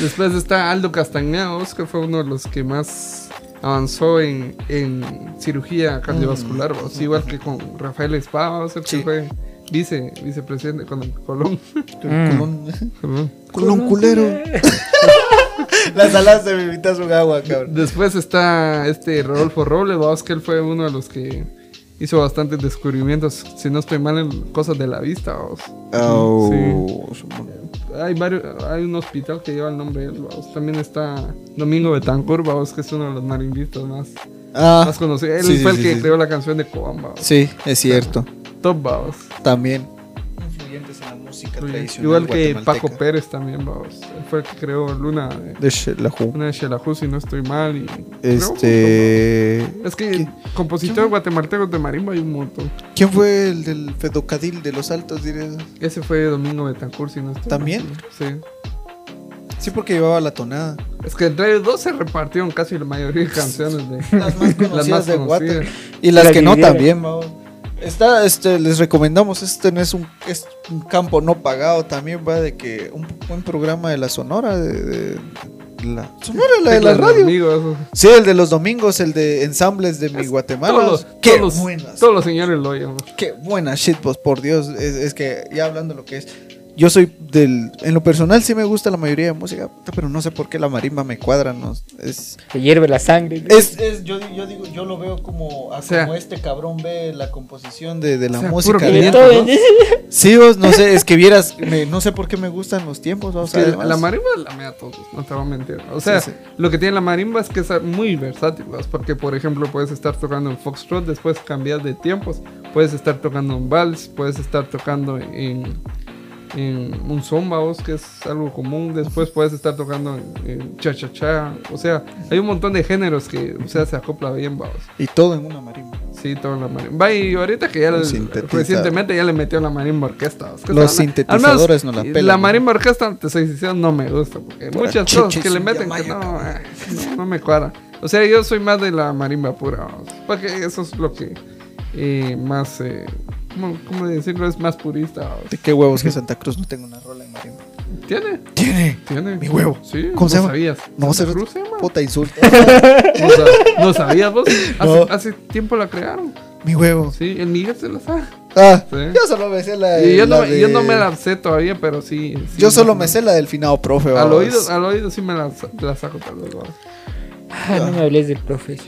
Después está Aldo Castañeda, vos, que fue uno de los que más avanzó en, en cirugía cardiovascular, vos, igual que con Rafael Espada, vos, el que Mm. Sí. fue vice, vicepresidente con el Colón. Mm. Culón- Colón. culón culero las alas de mi mitad son agua cabrón Después está este Rodolfo Robles, vos, que él fue uno de los que hizo bastantes descubrimientos, si no estoy mal, en cosas de la vista, vos. Oh, Hay, varios, hay un hospital que lleva el nombre de él, vamos. También está Domingo Betancur, vamos, que es uno de los marimbistas más, Ah, más conocidos. Él sí, sí, fue el sí, que sí. creó la canción de Cobamba, Sí, es cierto. Top, vamos. También. Influyentes en la música Igual que Paco Pérez también, vamos. Él fue el que creó Luna de, una de Xelajú, si no estoy mal. Y creo que- Este. Es que compositor guatemalteco de marimba hay un montón. ¿Quién fue el del Fedocadil de los Altos? diré? Ese fue Domingo Betancur, si no estoy mal. ¿También? Sí. Sí, porque llevaba la tonada. Es que entre ellos dos se repartieron casi la mayoría de canciones de... Las más Las más conocidas. Y las La que no dividieron. también, vamos. Está, este, les recomendamos, este no es un, es un campo no pagado también, va de que un buen programa de la Sonora, de, de- la Sonora, la de la Teclas radio. Amigos, eso. Sí, el de los domingos, el de ensambles de mi Guatemala. Todos, los- qué todos, los- buenas. Pues todos los señores lo oyen. Qué buena shitbox, por Dios. Es, es que ya hablando lo que es. Yo soy del. En lo personal sí me gusta la mayoría de música, puta, pero no sé por qué la marimba me cuadra. No, es. Se hierve la sangre. es, es- yo, yo digo, yo lo veo como, a O sea- como este cabrón ve la composición de, de la O sea, música. puro de- pimiento. Beethoven. Sí, vos, no sé, es que vieras, me- no sé por qué me gustan los tiempos. vamos, Es que además. la marimba la mea a todos, no te voy a mentir. O sea, Sí, sí. lo que tiene la marimba es que es muy versátil, ¿vas? porque por ejemplo puedes estar tocando en foxtrot, después cambias de tiempos, puedes estar tocando en vals, puedes estar tocando en, en un zomba, ¿vos? que es algo común, después puedes estar tocando en, en cha-cha-cha, o sea, hay un montón de géneros que, o sea, se acopla bien, ¿vos? Y todo en una marimba. Sí, toda la marimba. Va, Y ahorita que ya Los el- sintetizadores. recientemente ya le metió la marimba orquesta. Es que Los se- al menos sintetizadores no la pelan, La ¿no? marimba orquesta, te soy sincero, no me gusta. Porque Pura muchas chichis, cosas que le un meten que yamayo, no, eh, no, no me cuadra. O sea, yo soy más de la marimba pura. vamos, Porque eso es lo que eh, más. eh, ¿cómo, cómo decirlo? Es más purista. vamos. De qué huevos que Santa Cruz no tenga una rola en marimba. ¿Tiene? Tiene. ¿Tiene? Mi huevo. Sí, ¿Cómo no se llama? sabías. No sé, ¿Santa Cruz se llama? puta insulto. No sab- ¿No sabías vos? Hace, No. hace tiempo la crearon. Mi huevo. Sí, el Miguel se la sabe. Ah, Sí. yo solo me sé la, Y yo, la no, de- yo no me la sé todavía, pero sí. sí, Yo más solo o me menos. sé la del finado profe, Al babos. oído, ah. al oído sí me la, sa- la saco tal vez. vamos. Ah, no me hables del profe.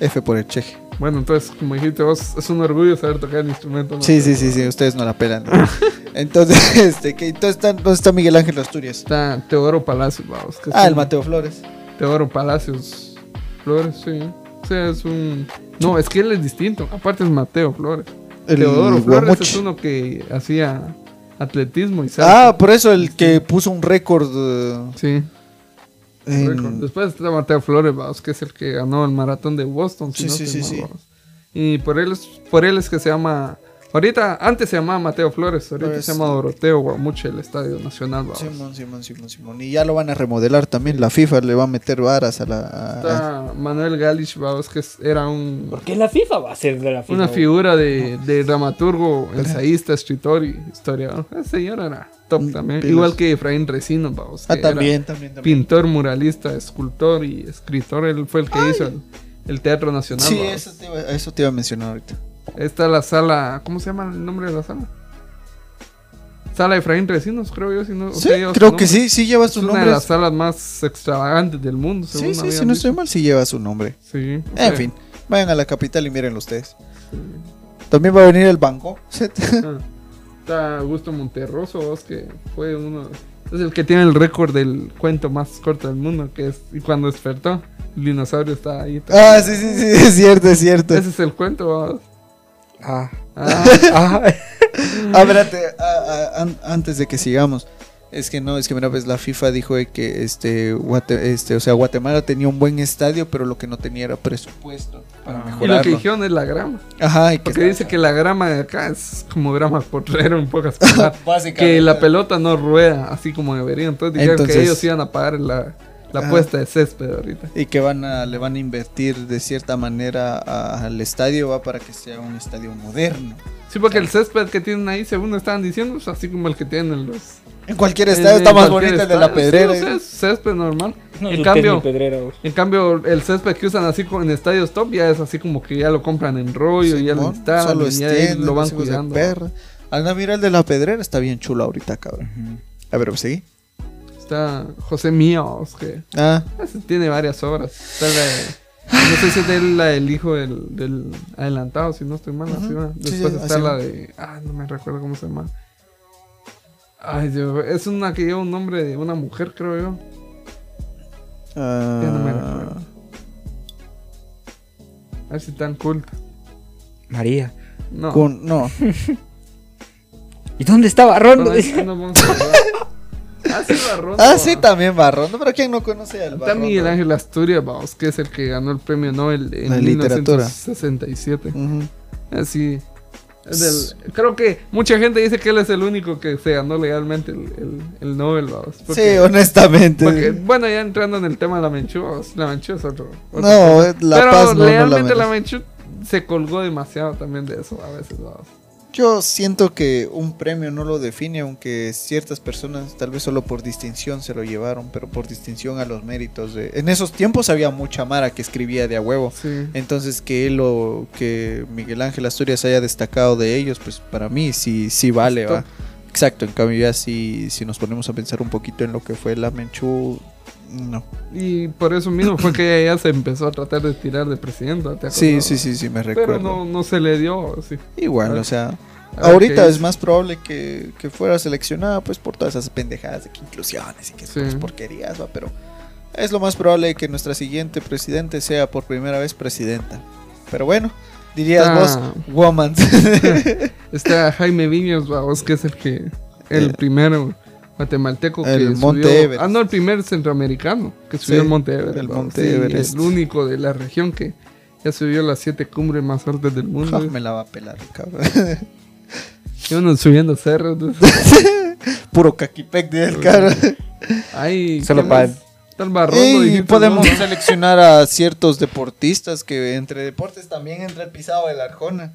F por el cheje. Bueno, entonces, como dijiste vos, es un orgullo saber tocar el instrumento. ¿no? Sí, sí, sí, sí, ustedes no la pelan. Entonces, este, que entonces está, ¿dónde está Miguel Ángel Asturias? Está Teodoro Palacios, vamos. que es Ah, el un- Mateo Flores. Teodoro Palacios Flores, sí. O sea, es un. No, es que él es distinto. Aparte es Mateo Flores. El Teodoro Flores es guamuch. uno que hacía atletismo y salsa. Ah, por eso el que puso un récord eh, Sí. En- récord. Después está Mateo Flores, vamos, que es el que ganó el maratón de Boston. si Sí, no sí, estoy sí, mal, sí. vamos. Y por él, es, por él es que se llama. Ahorita, antes se llamaba Mateo Flores, ahorita Pues- se llama Doroteo Guamuche, el Estadio Nacional. vamos. Simón, Simón, Simón, Simón. Y ya lo van a remodelar también. La FIFA le va a meter varas a la. a- a- Está Manuel Galich, vamos, que es- era un, Porque la FIFA va a ser de la FIFA. una güey. figura de, de dramaturgo, ensayista, escritor y historiador. Ese señor era top Mm, también. pilas. Igual que Efraín Resino, vamos. Ah, que era- también, también, también. pintor, muralista, escultor y escritor. Él fue el que hizo el, el Teatro Nacional. Sí, ¿va? eso te, iba, eso te iba a mencionar ahorita. Está la sala. ¿Cómo se llama el nombre de la sala? Sala Efraín Recinos, creo yo. Si no, Sí, usted lleva su creo nombre. que sí, sí lleva Es su una nombre. de las salas más extravagantes del mundo. Sí, según sí, habían si no dicho. estoy mal, sí lleva su nombre. Sí, o En sea, fin, vayan a la capital y mírenlo ustedes. También va a venir el banco. ah, Está Augusto Monterroso, vos, que fue uno. Es el que tiene el récord del cuento más corto del mundo, que es y cuando despertó. El dinosaurio está ahí. ah, sí, sí, sí, es cierto, es cierto. Ese es el cuento, vos. Ah, Ah, ah, Ah, espérate, ah, ah, an- antes de que sigamos. Es que no, es que mira, pues la FIFA dijo de que este, Guate- este, o sea, Guatemala tenía un buen estadio, pero lo que no tenía era presupuesto para Ah. y lo mejorarlo. que dijeron es la grama. Ajá, y que Porque dice que la grama de acá es como grama potrero en pocas palabras. Básicamente. que la pelota no rueda así como debería. Entonces dijeron que Entonces- ellos iban a pagar la, la Ajá. apuesta de césped ahorita. y que van a, le van a invertir de cierta manera a- al estadio, va para que sea un estadio moderno. Sí, porque el césped que tienen ahí, según estaban diciendo, es así como el que tienen en los... En cualquier Eh, en- estadio en está más cualquier bonito el de la estadio. pedrera. Sí, o sea, es césped normal. no en, duques ni cambio, pedrero, güey. en cambio, el césped que usan así co- en estadios top ya es así como que ya lo compran en rollo, ya lo Simón, instalan, solo y ya extienden, lo van los hijos de cuidando. perra. Anda, mira el de la pedrera, está bien chulo ahorita, cabrón. A ver, pues, seguí. Está José Míos, que... Ah, Ese Pues, Tiene varias obras. Está la de- no sé si es de él la del hijo del, del adelantado, si no estoy mal. así va. Sí, Después sí, está así la va. de. Ah, no me recuerdo cómo se llama. Ay, Dios, es una que lleva un nombre de una mujer, creo yo. ah, Ya no me recuerdo. A ver si tan culta. María. No. con, no, ¿Y dónde estaba Rondo? Bueno, ahí- ahí nos vamos a acordar. ah, sí, Barrondo. Ah, sí, va. también Barrondo, pero ¿quién no conoce al Está Barrondo? Miguel Ángel Asturias, vamos, que es el que ganó el premio Nobel en La literatura. 1967. Ujú. Así. es del- creo que mucha gente dice que él es el único que se ganó legalmente el, el, el Nobel, vamos. Sí, Porque- honestamente. porque, bueno, ya entrando en el tema de la Menchú, vamos, la Menchú es otro. otro tema. no, la Pero paz no, no la legalmente la merece. Menchú se colgó demasiado también de eso a veces, vamos. Yo siento que un premio no lo define, aunque ciertas personas tal vez solo por distinción se lo llevaron, pero por distinción a los méritos de... En esos tiempos había mucha mara que escribía de a huevo. Sí. Entonces que él o que Miguel Ángel Asturias haya destacado de ellos, pues para mí sí, sí vale, Top. ¿va? Exacto, en cambio ya si, si nos ponemos a pensar un poquito en lo que fue la Menchú, no. Y por eso mismo fue que ella se empezó a tratar de tirar de presidenta. ¿te Sí, acordás? sí, sí, sí, me recuerdo. Pero no, no se le dio. Sí. Igual, Ah. o sea, Ah, ahorita ok. es más probable que, que fuera seleccionada pues por todas esas pendejadas de que inclusiones y que Sí. esas porquerías, ¿va? pero es lo más probable que nuestra siguiente presidente sea por primera vez presidenta. Pero bueno, dirías Ah. vos, woman. Está Jaime Viños, vamos, que es el que. El Eh, primero guatemalteco que el subió- Monte Everest. Ah, no, el primer centroamericano que subió Sí, el Monte Everest. el vamos, Monte sí, Everest. El único de la región que ya subió las siete cumbres más altas del Ja, mundo. me la va a pelar, cabrón. Y uno subiendo cerros. ¿no? Puro caquipec de él, cabrón. Ay, Solo ¿qué para- más? Está el barrondo. Y dijiste, podemos ¿no? seleccionar a ciertos deportistas que entre deportes también entra el pisado de la Arjona.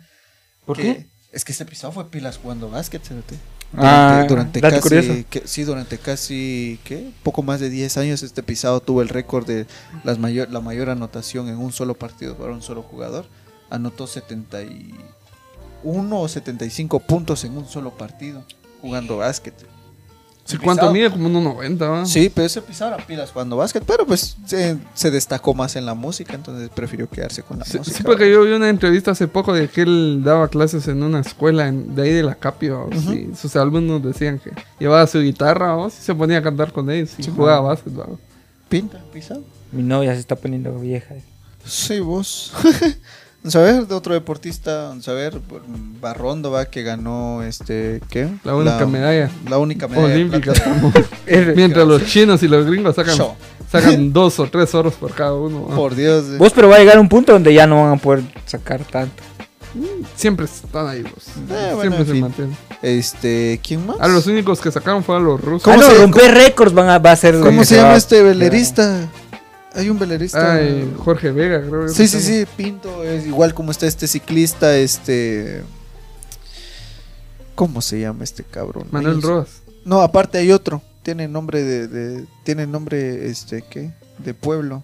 ¿Por que- qué? Es que ese pisado fue pilas jugando básquet, fíjate. Ah, durante, durante dato casi, curioso. que- sí, durante casi, ¿qué? Poco más de 10 años este pisado tuvo el récord de las mayor, la mayor anotación en un solo partido para un solo jugador. Anotó 71 o 75 puntos en un solo partido jugando básquet. Sí, El ¿Cuánto pisado- mide? Como 1.90, ¿va? Sí, pero ese pisado era pilas jugando básquet, pero pues se, se destacó más en la música, entonces prefirió quedarse con la Sí, música. sí, porque yo vi una entrevista hace poco de que él daba clases en una escuela en- de ahí de la Capi, vamos, y sus alumnos decían que llevaba su guitarra vamos, y se ponía a cantar con ellos y jugaba básquet. vamos. Pinta el pisado. Mi novia se está poniendo vieja. Sí, vos. saber de otro deportista, saber Barrondo va que ganó este ¿qué? La única medalla. La única medalla. de Olímpica. plata. como- Mientras los chinos y los gringos sacan, Show. sacan dos o tres oros por cada uno. ah. Por Dios. eh. Vos, pero va a llegar un punto donde ya no van a poder sacar tanto. Siempre están ahí los. Eh, bueno, siempre en se fin. mantienen. Este, ¿quién más? A Ah, los únicos que sacaron fueron los rusos. ¿Cómo Ah, no, se- romper récords van a, va a ser. ¿Cómo que se va llama a- este velerista? Hay un velerista. Ah, Ay, Jorge Vega, creo. Sí, sí, sí, Pinto es igual como está este ciclista, este... ¿Cómo se llama este cabrón? Manuel Hay- Rojas. No, aparte hay otro. Tiene nombre de, de- Tiene nombre, este, ¿qué? De pueblo.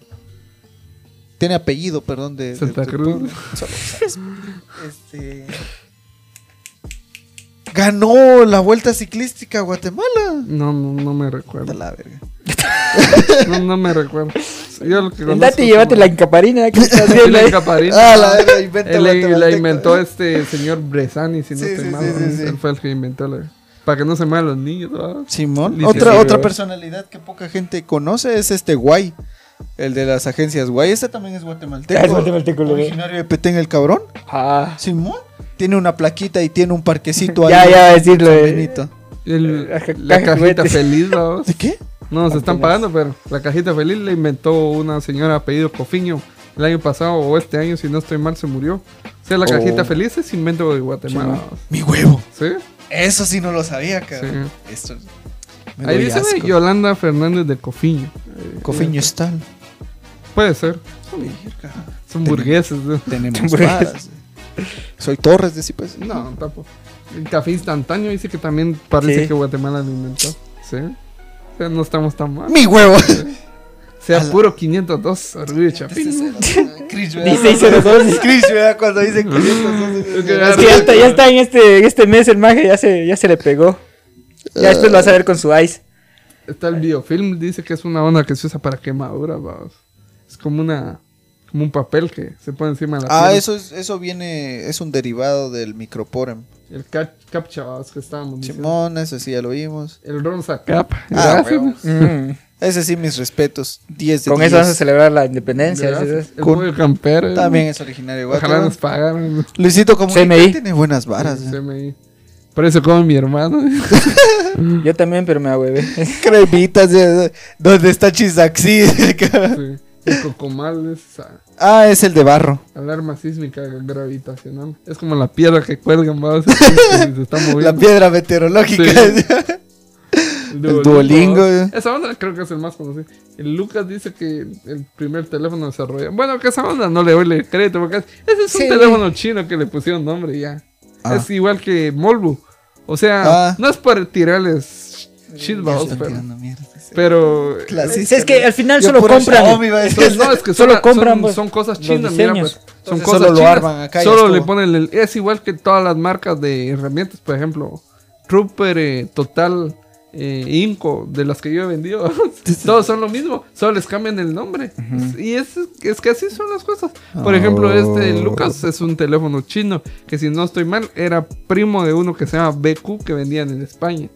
Tiene apellido, perdón, de... de- Santa de Cruz. pueblo. Solo sabes. Este... Ganó la Vuelta Ciclística a Guatemala. No, no, no me De recuerdo. la verga. No, no me recuerdo. Yo lo que Andate y conozco llévate como- la encaparina que estás Sí, viendo la ahí. encaparina. Ah, la verga, inventa Él la- la guatemalteco. inventó este señor Bresani, si no Sí, estoy sí, mal. sí, sí, sí. Él fue el que inventó la. Para que no se mueran los niños. ¿verdad? Simón. Licenciado. Otra, otra personalidad que poca gente conoce es este Guay, el de las agencias Guay. Este también es guatemalteco. Ah, es guatemalteco, lo veo. Originario de Petén el cabrón. Ah, Simón. Tiene una plaquita y tiene un Ah, parquecito ahí. ya, ya, decirlo. San eh. Benito. El- La ca- la caja cajita juguete. feliz, ¿verdad? ¿De qué? No, se están pagando, pero la cajita feliz la inventó una señora apellido Cofiño. El año pasado o este año, si no estoy mal, se murió. O sea, la Oh. cajita feliz es invento de Guatemala. Mi huevo. ¿Sí? Eso sí no lo sabía, cabrón. Esto me Ahí doy dice asco. de Yolanda Fernández de Cofiño. Eh, Cofiño está. Puede ser. Son burgueses. ¿no? Tenemos varas. Soy Torres de pues. Cipas. No, tampoco. El café instantáneo dice que también parece Sí. que Guatemala lo inventó. ¿Sí? O sea, no estamos tan mal. Mi huevo. Sea Ala. puro 502, orgullo chapín. Cris, ¿verdad? 1602. Cris, ¿verdad? Cuando dicen que estos que son- Es que ya está, ya está en este, en este mes el maje, ya se, ya se le pegó. Ya después lo vas a ver con su ice. Está el biofilm, dice que es una onda que se usa para quemaduras, vamos. Es como una como un papel que se pone encima de la Ah, piel. eso, es, eso viene, es un derivado del microporem. El ca- captcha, vamos, que estábamos diciendo. Simón, ese sí ya lo vimos. El Ronza Cap. Ah, gracias. huevo. Mm. Ese sí, mis respetos. 10 de Con 10. eso vas a celebrar la independencia. Gracias. ¿sí? El Con... campero. También es originario de Ojalá Guatemala. nos pagaran. Luisito Comunica CMI. tiene buenas varas. ¿eh? Se me- Por eso come mi hermano. Yo también, pero me agüevé. Cremitas, eh, donde está Chisaxi. Sí. El cocomal es esa ah, es el de barro. alarma sísmica gravitacional. Es como la piedra que cuelgan, vamos. Se está moviendo. La piedra meteorológica. Sí. El Duolingo, eh. Esa onda creo que es el más conocido. El Lucas dice que el primer teléfono desarrollado. Bueno, que esa onda no le doy el crédito porque es- ese es un Sí. teléfono chino que le pusieron nombre y ya. Ah. Es igual que Molbu. O sea, Ah. no es para tirarles shit baos, Están pero. tirando mierda. pero Clasista, Si es que ¿no? al final Yo solo puro compran. Xiaomi iba a decir. Entonces, Pues no, es que solo Solo compran, son, pues, son cosas los chinas, mira, diseños. pues. Son Entonces, cosas solo lo chinas. arman acá y solo ya le estuvo. ponen el. Es igual que todas las marcas de herramientas, por ejemplo, Trooper, eh, Total, eh, Inco, de las que yo he vendido. Todos son lo mismo, solo les cambian el nombre. Y es, es que así son las cosas. Por ejemplo, este Lucas es un teléfono chino que, si no estoy mal, era primo de uno que se llama BQ que vendían en España.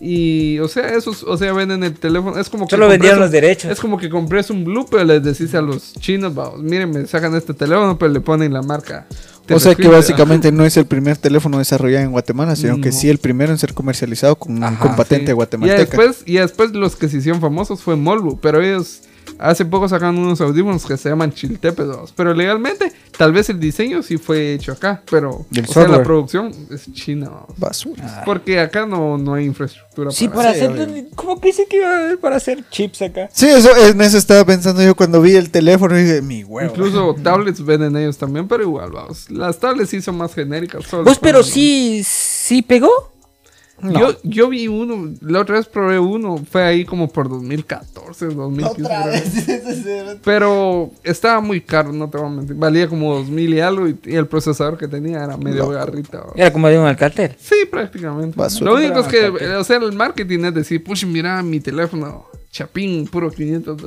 Y, o sea, esos, o sea, venden el teléfono. Es como que Solo compras vendieron un- los derechos. Es como que compres un blue, pero les decís a los chinos, vamos, miren, me sacan este teléfono, pero le ponen la marca. O sea que Telescript, básicamente no es el primer teléfono desarrollado en Guatemala, sino que No. sí el primero en ser comercializado con, Ajá, con ajá, sí. patente guatemalteca. Y después, y después los que se hicieron famosos fue Molbu, pero ellos hace poco sacaron unos audífonos que se llaman Chiltepes, vamos. Pero legalmente, tal vez el diseño sí fue hecho acá, pero Y el o sea, la software. producción es china, vamos. Basura. Porque acá no, no hay infraestructura Sí, para para Sí, hacer. obvio. ¿Cómo que dice que iba a haber para hacer chips acá? Sí, eso, en eso estaba pensando yo cuando vi el teléfono y dije, mi huevo. Incluso tablets venden ellos también, pero igual, vamos. Las tablets sí son más genéricas. solo Vos, Pues, pero ponen- sí, sí pegó. No. Yo, yo vi uno, la otra vez probé uno, fue ahí como por 2014, 2015. Otra creo. vez. Pero estaba muy caro, no te voy a mentir. Valía como 2000 y algo y, y el procesador que tenía era medio No. garrita. o- Era como de un alcáter. Sí, prácticamente. Basura. Lo único es que, eh, Basura. o sea, el marketing es decir, push, mira mi teléfono, chapín, puro 500.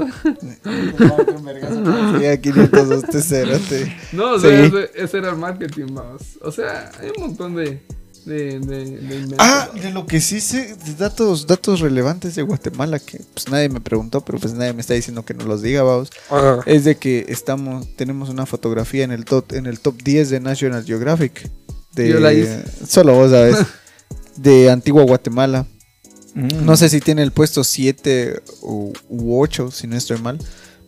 Sí, a 500 este cerote. No, o sea, Sí. ese, ese era el marketing más. O sea, hay un montón de, de, de, de inventos, Ah, ¿va? de lo que sí sé, de datos, datos relevantes de Guatemala, que pues nadie me preguntó, pero pues nadie me está diciendo que no los diga, vamos. Es de que estamos, tenemos una fotografía en el top, en el top 10 de National Geographic. De, Yo la hice. Solo vos sabes. de Antigua Guatemala. Mm. No sé si tiene el puesto 7 u 8, si no estoy mal.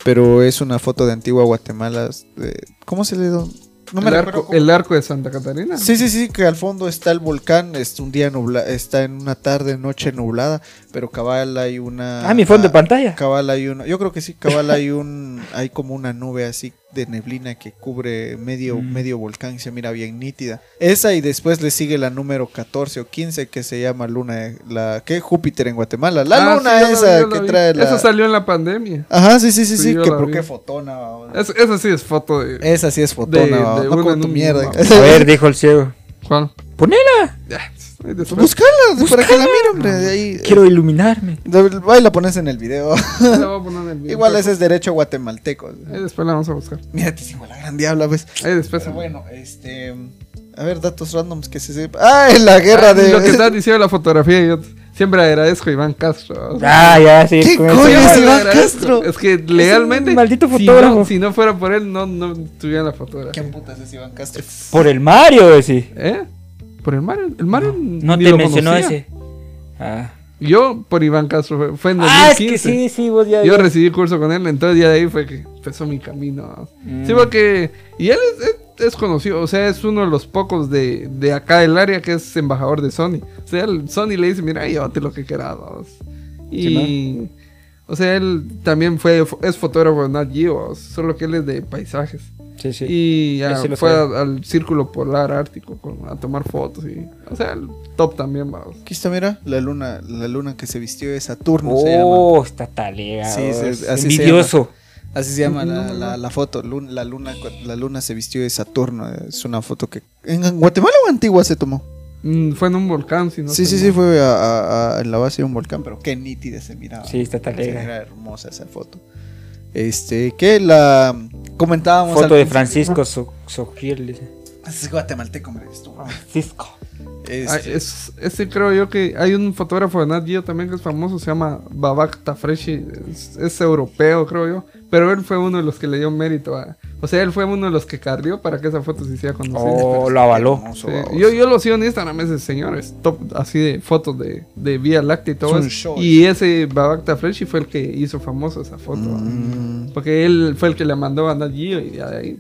Pero es una foto de Antigua Guatemala. de- ¿Cómo se le da? No el, recuerdo arco, cómo- el arco de Santa Catarina. Sí, sí, sí, que al fondo está el volcán, es un día nublado, está en una tarde, noche nublada, pero cabal hay una... Ah, mi fondo de ah, pantalla. Cabal hay una, yo creo que sí, cabal hay un, hay como una nube así de neblina que cubre medio, Mm. medio volcán y se mira bien nítida. Esa y después le sigue la número 14 o 15 que se llama luna, de- la, ¿qué? Júpiter en Guatemala, la Ah, luna sí, yo la vi, esa yo la que vi. trae la... Esa salió en la pandemia. Ajá, sí, sí, sí, Sí, sí, yo que la por vi. qué fotona, babón. Esa, esa sí es foto de. Esa sí es fotona, de babón, no una con en tu un- mierda. A ver, dijo el ciego. ¿Cuál? Ponela. Ah, Pues ahí después. Búscala, para que la mire, hombre. de ahí, eh, Quiero iluminarme. De- Ahí la pones en el video. La voy a poner en el video. igual ese es derecho guatemalteco. Ahí después la vamos a buscar. Mira, es igual la gran diabla, pues. Ahí después. Pero bueno, este. A ver, datos randoms que se sepa. ¡Ah! En la guerra Ah, de. Lo que estás diciendo la fotografía, yo siempre agradezco a Iván Castro. O sea, Ah, ya, sí. ¿Qué con eso coño ya siempre es le Iván agradezco. Castro? Es que legalmente. un maldito si fotógrafo. no- Si no, fuera por él, no, no tuviera la fotografía. ¿Quién putas es Iván Castro? Por el Mario, sí. ¿Eh? Por el Mario. El Mario. No ni te lo mencionó conocía. ese. Ah, Yo por Iván Castro. fue- Fue en Ah, es 2015. que sí, sí, vos ya. Yo recibí curso con él, entonces ya de ahí fue que empezó mi camino. Mm. Sí, porque. Y él es, es- es conocido, o sea, es uno de los pocos de, de acá del área que es embajador de Sony. O sea, el Sony le dice: Mira, llévate lo que quieras. vamos". Y. o sea, él también fue, es fotógrafo de Nat Geo, vamos, solo que él es de paisajes. Sí, sí. Y ah, sí lo fue sabía. a- al Círculo Polar Ártico con- a tomar fotos. y O sea, el top también, vamos. Aquí está, mira. La luna, la luna que se vistió de Saturno se llama. oh, está talega. Sí, sí, vos. así se Envidioso. Así se llama la, la- la foto. lun- la, luna, cu- la luna se vistió de Saturno. Es una foto que. ¿En Guatemala o Antigua se tomó? Mm, fue en un volcán, si no sí, estoy sí, mal. sí, fue a- a- a- en la base de un volcán, pero qué nítida se miraba. Sí, está Se talega. Ah. Era hermosa esa foto. Este, que la comentábamos. Foto al de principio- Francisco So- Sojiel, dice. Es guatemalteco, hombre. es tu- Francisco. Este, Ah, es, ese creo yo que hay un fotógrafo de Nat Geo también que es famoso, se llama Babak Tafreshi, es, es europeo creo yo, pero él fue uno de los que le dio mérito a... O sea, él fue uno de los que carrió para que esa foto se hiciera conocida. Oh, lo avaló. hermoso, Sí, baboso. Yo, yo lo sigo en Instagram, ese señor, es top así de fotos de, de Vía Láctea y Es todo un eso. show. Y ese Babak Tafreshi fue el que hizo famoso esa foto. Mm, Porque él fue el que le mandó a Nat Geo y de ahí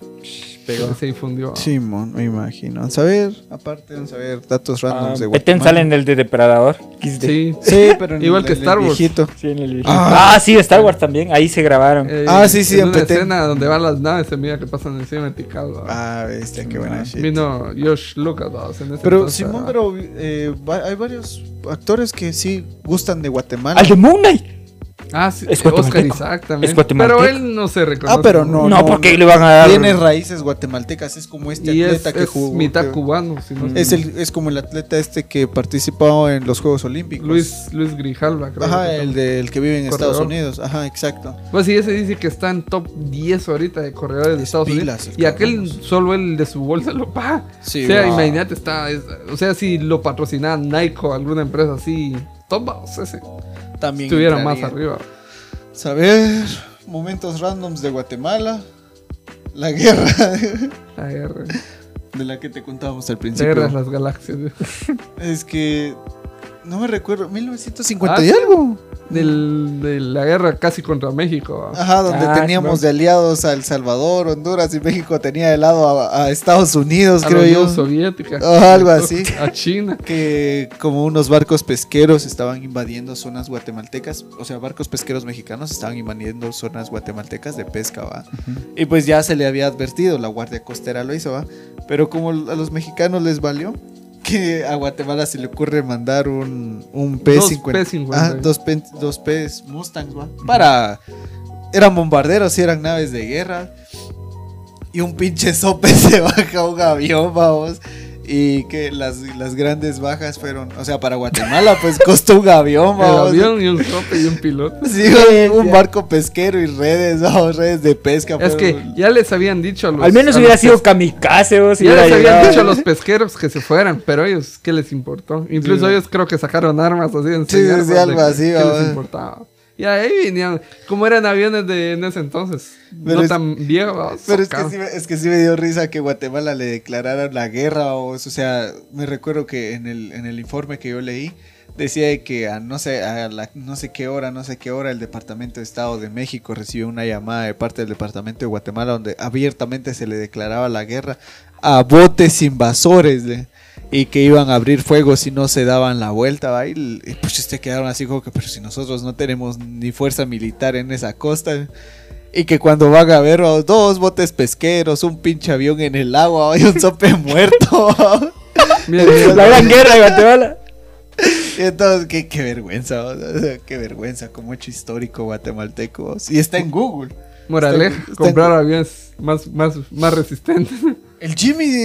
se difundió. Simón, me imagino. Vamos a ver, aparte, vamos a ver Ah, datos randoms de Eten Guatemala. salen del de Depredador. XD. Sí. Sí, pero en Igual el- que en el Star Wars. viejito. Sí, en el video. Ah. Ah, sí, Star Wars también. Ahí se grabaron. Eh, Ah, sí, sí, en en una Petén. escena donde van las naves, se mira que pasan encima vertical. ¿va? Ah, bestia, qué buena shit. Vino Josh Lucas, ¿va? O sea, en ese Pero, entonces, Simón, ¿va? pero eh, va- hay varios actores que sí gustan de Guatemala. Al de Moon Knight. Ah, sí, es eh, Oscar guatemalteco. Isaac también. Es guatemalteco. Pero él no se reconoce. Ah, pero no. No, no, porque no. le van a dar. Tiene raíces guatemaltecas, es como este Y es, atleta que es jugó. mitad que- cubano. si no- Es, el, es como el atleta este que participó en los Juegos Olímpicos. Luis, Luis Grijalva, creo. Ajá, que el se del que vive en Corredor. Estados Unidos. Ajá, exacto. llama. Pues sí, ese dice que está en top 10 ahorita de corredores de Estados pilas, Unidos. el Y aquel cabrón. solo él de su bolsa lo paga. Sí, o sea, wow. imagínate, está. es- o sea, si lo patrocinaba Nike o alguna empresa así, top, va, o sea, ese También estuviera entraría. más arriba. Saber momentos randoms de Guatemala. La guerra La guerra. de la que te contábamos al La guerra de principio. las galaxias. güey. Es que no me recuerdo, 1950 y Ah, sí. algo. Del- de la guerra casi contra México. ¿va? Ajá, donde Ah, teníamos Simón. de aliados a El Salvador, Honduras y México tenía de lado a, a Estados Unidos, A la creo yo. Unión Soviética. Ah, algo así. A China. que como unos barcos pesqueros estaban invadiendo zonas guatemaltecas, o sea, barcos pesqueros mexicanos estaban invadiendo zonas guatemaltecas de pesca, ¿va? Y pues ya se le había advertido, la Guardia Costera lo hizo, ¿va? Pero como a los mexicanos les valió, que a Guatemala se le ocurre mandar un, un P-50. Dos P-50. Ah, dos, P- dos P's Mustangs, ¿va? Para... Eran bombarderos y eran naves de guerra. Y un pinche sope se baja a un avión, vamos. Y que las, las grandes bajas fueron, o sea, para Guatemala pues costó un avión, El vamos. avión y un tope y un piloto. Sí, un- un barco pesquero y redes, vamos, redes de pesca. Es fueron- que ya les habían dicho a los. Al menos a hubiera los sido pes- kamikaze, vos. si Ya hubiera les habían llegado. dicho a los pesqueros que se fueran, pero ellos, ¿qué les importó? Incluso ellos creo que sacaron armas así en Sí, señal, sí, sí, pues, algo de- así, ¿Qué vamos. les importaba? Y ahí venían, como eran aviones de en ese entonces, Pero no es- tan viejos. Pero es que, sacaron. sí, me- es que sí me dio risa que Guatemala le declarara la guerra o eso. O sea, me recuerdo que en el, en el informe que yo leí decía de que a no sé, a la- no sé qué hora, no sé qué hora, el Departamento de Estado de México recibió una llamada de parte del Departamento de Guatemala donde abiertamente se le declaraba la guerra a botes invasores le, y que iban a abrir fuego si no se daban la vuelta. ¿va? Y, l- y, pues se quedaron así como que, pero si nosotros no tenemos ni fuerza militar en esa costa. Y que cuando van a ver oh, dos botes pesqueros, un pinche avión en el agua oh, y un sope muerto. Mira, mira, La gran guerra de Guatemala. y entonces, qué, qué vergüenza, oh, o sea, qué vergüenza, como hecho histórico guatemalteco. oh. Y está en Google. moraleja, Está- está- comprar aviones más, más, más resistentes. El Jimmy, el,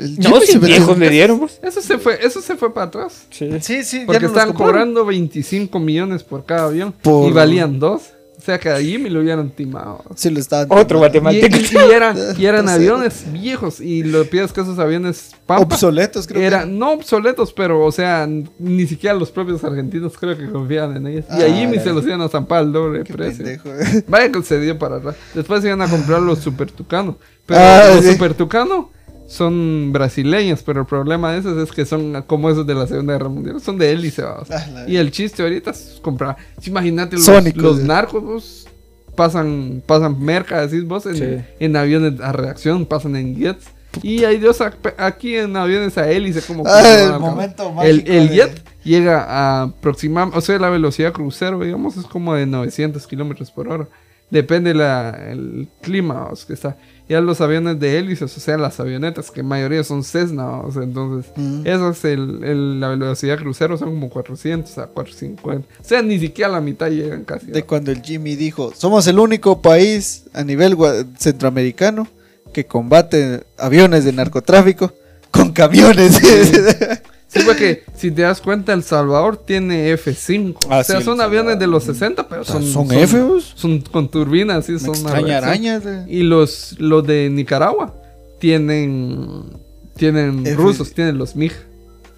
el No, Jimmy si se metió- viejos le dieron, vos. Eso se fue, eso se fue para atrás. Sí. Sí, sí, ya Porque no los estaban compraron. cobrando 25 millones por cada avión Por- y valían dos. O sea que allí me lo hubieran timado. Sí, lo estaban. Otro tomando. Y, guatemalteco. y- y eran, y eran No sé. aviones viejos y lo pides que esos aviones pampa Obsoletos, creo que. eran no obsoletos, pero o sea, n- ni siquiera los propios argentinos creo que confiaban en ellos. Y Ah, allí ni la- se los iban a zampar al doble Qué precio. pendejo. Vaya que se dio para atrás. Después iban a comprar los Super Tucano. Pero Ah, los sí. Super Tucano son brasileños, pero el problema de esos es que son como esos de la Segunda Guerra Mundial. Son de hélice, vamos. Ah, la- Y el chiste ahorita es comprar. sí, Imagínate los, Sónicos, los eh. narcos vos, pasan, pasan merca, decís vos, en, Sí. en aviones a reacción, pasan en jets. Y hay Dios ac- aquí en aviones a hélice, como Ah, que- el como- momento el, mágico el de- jet llega a aproximar, o sea, la velocidad crucero, digamos, es como de 900 kilómetros por hora. Depende la, el clima vamos, que está. Ya los aviones de hélices, o sea, las avionetas, que mayoría son Cessna, vamos, entonces, Mm. esa es el, el- la velocidad crucero, son como 400 a 450. O sea, ni siquiera a la mitad llegan casi. de vamos. cuando el Jimmy dijo, somos el único país a nivel gua- centroamericano que combate aviones de narcotráfico con camiones. Sí, porque si te das cuenta, El Salvador tiene F5. Ah, o sea, sí, El son aviones de los 60, pero son. ¿Son F, vos? Son con turbinas, sí, Me son una extraña reacción. araña, eh. Y los, los de Nicaragua tienen tienen F- rusos, tienen los MiG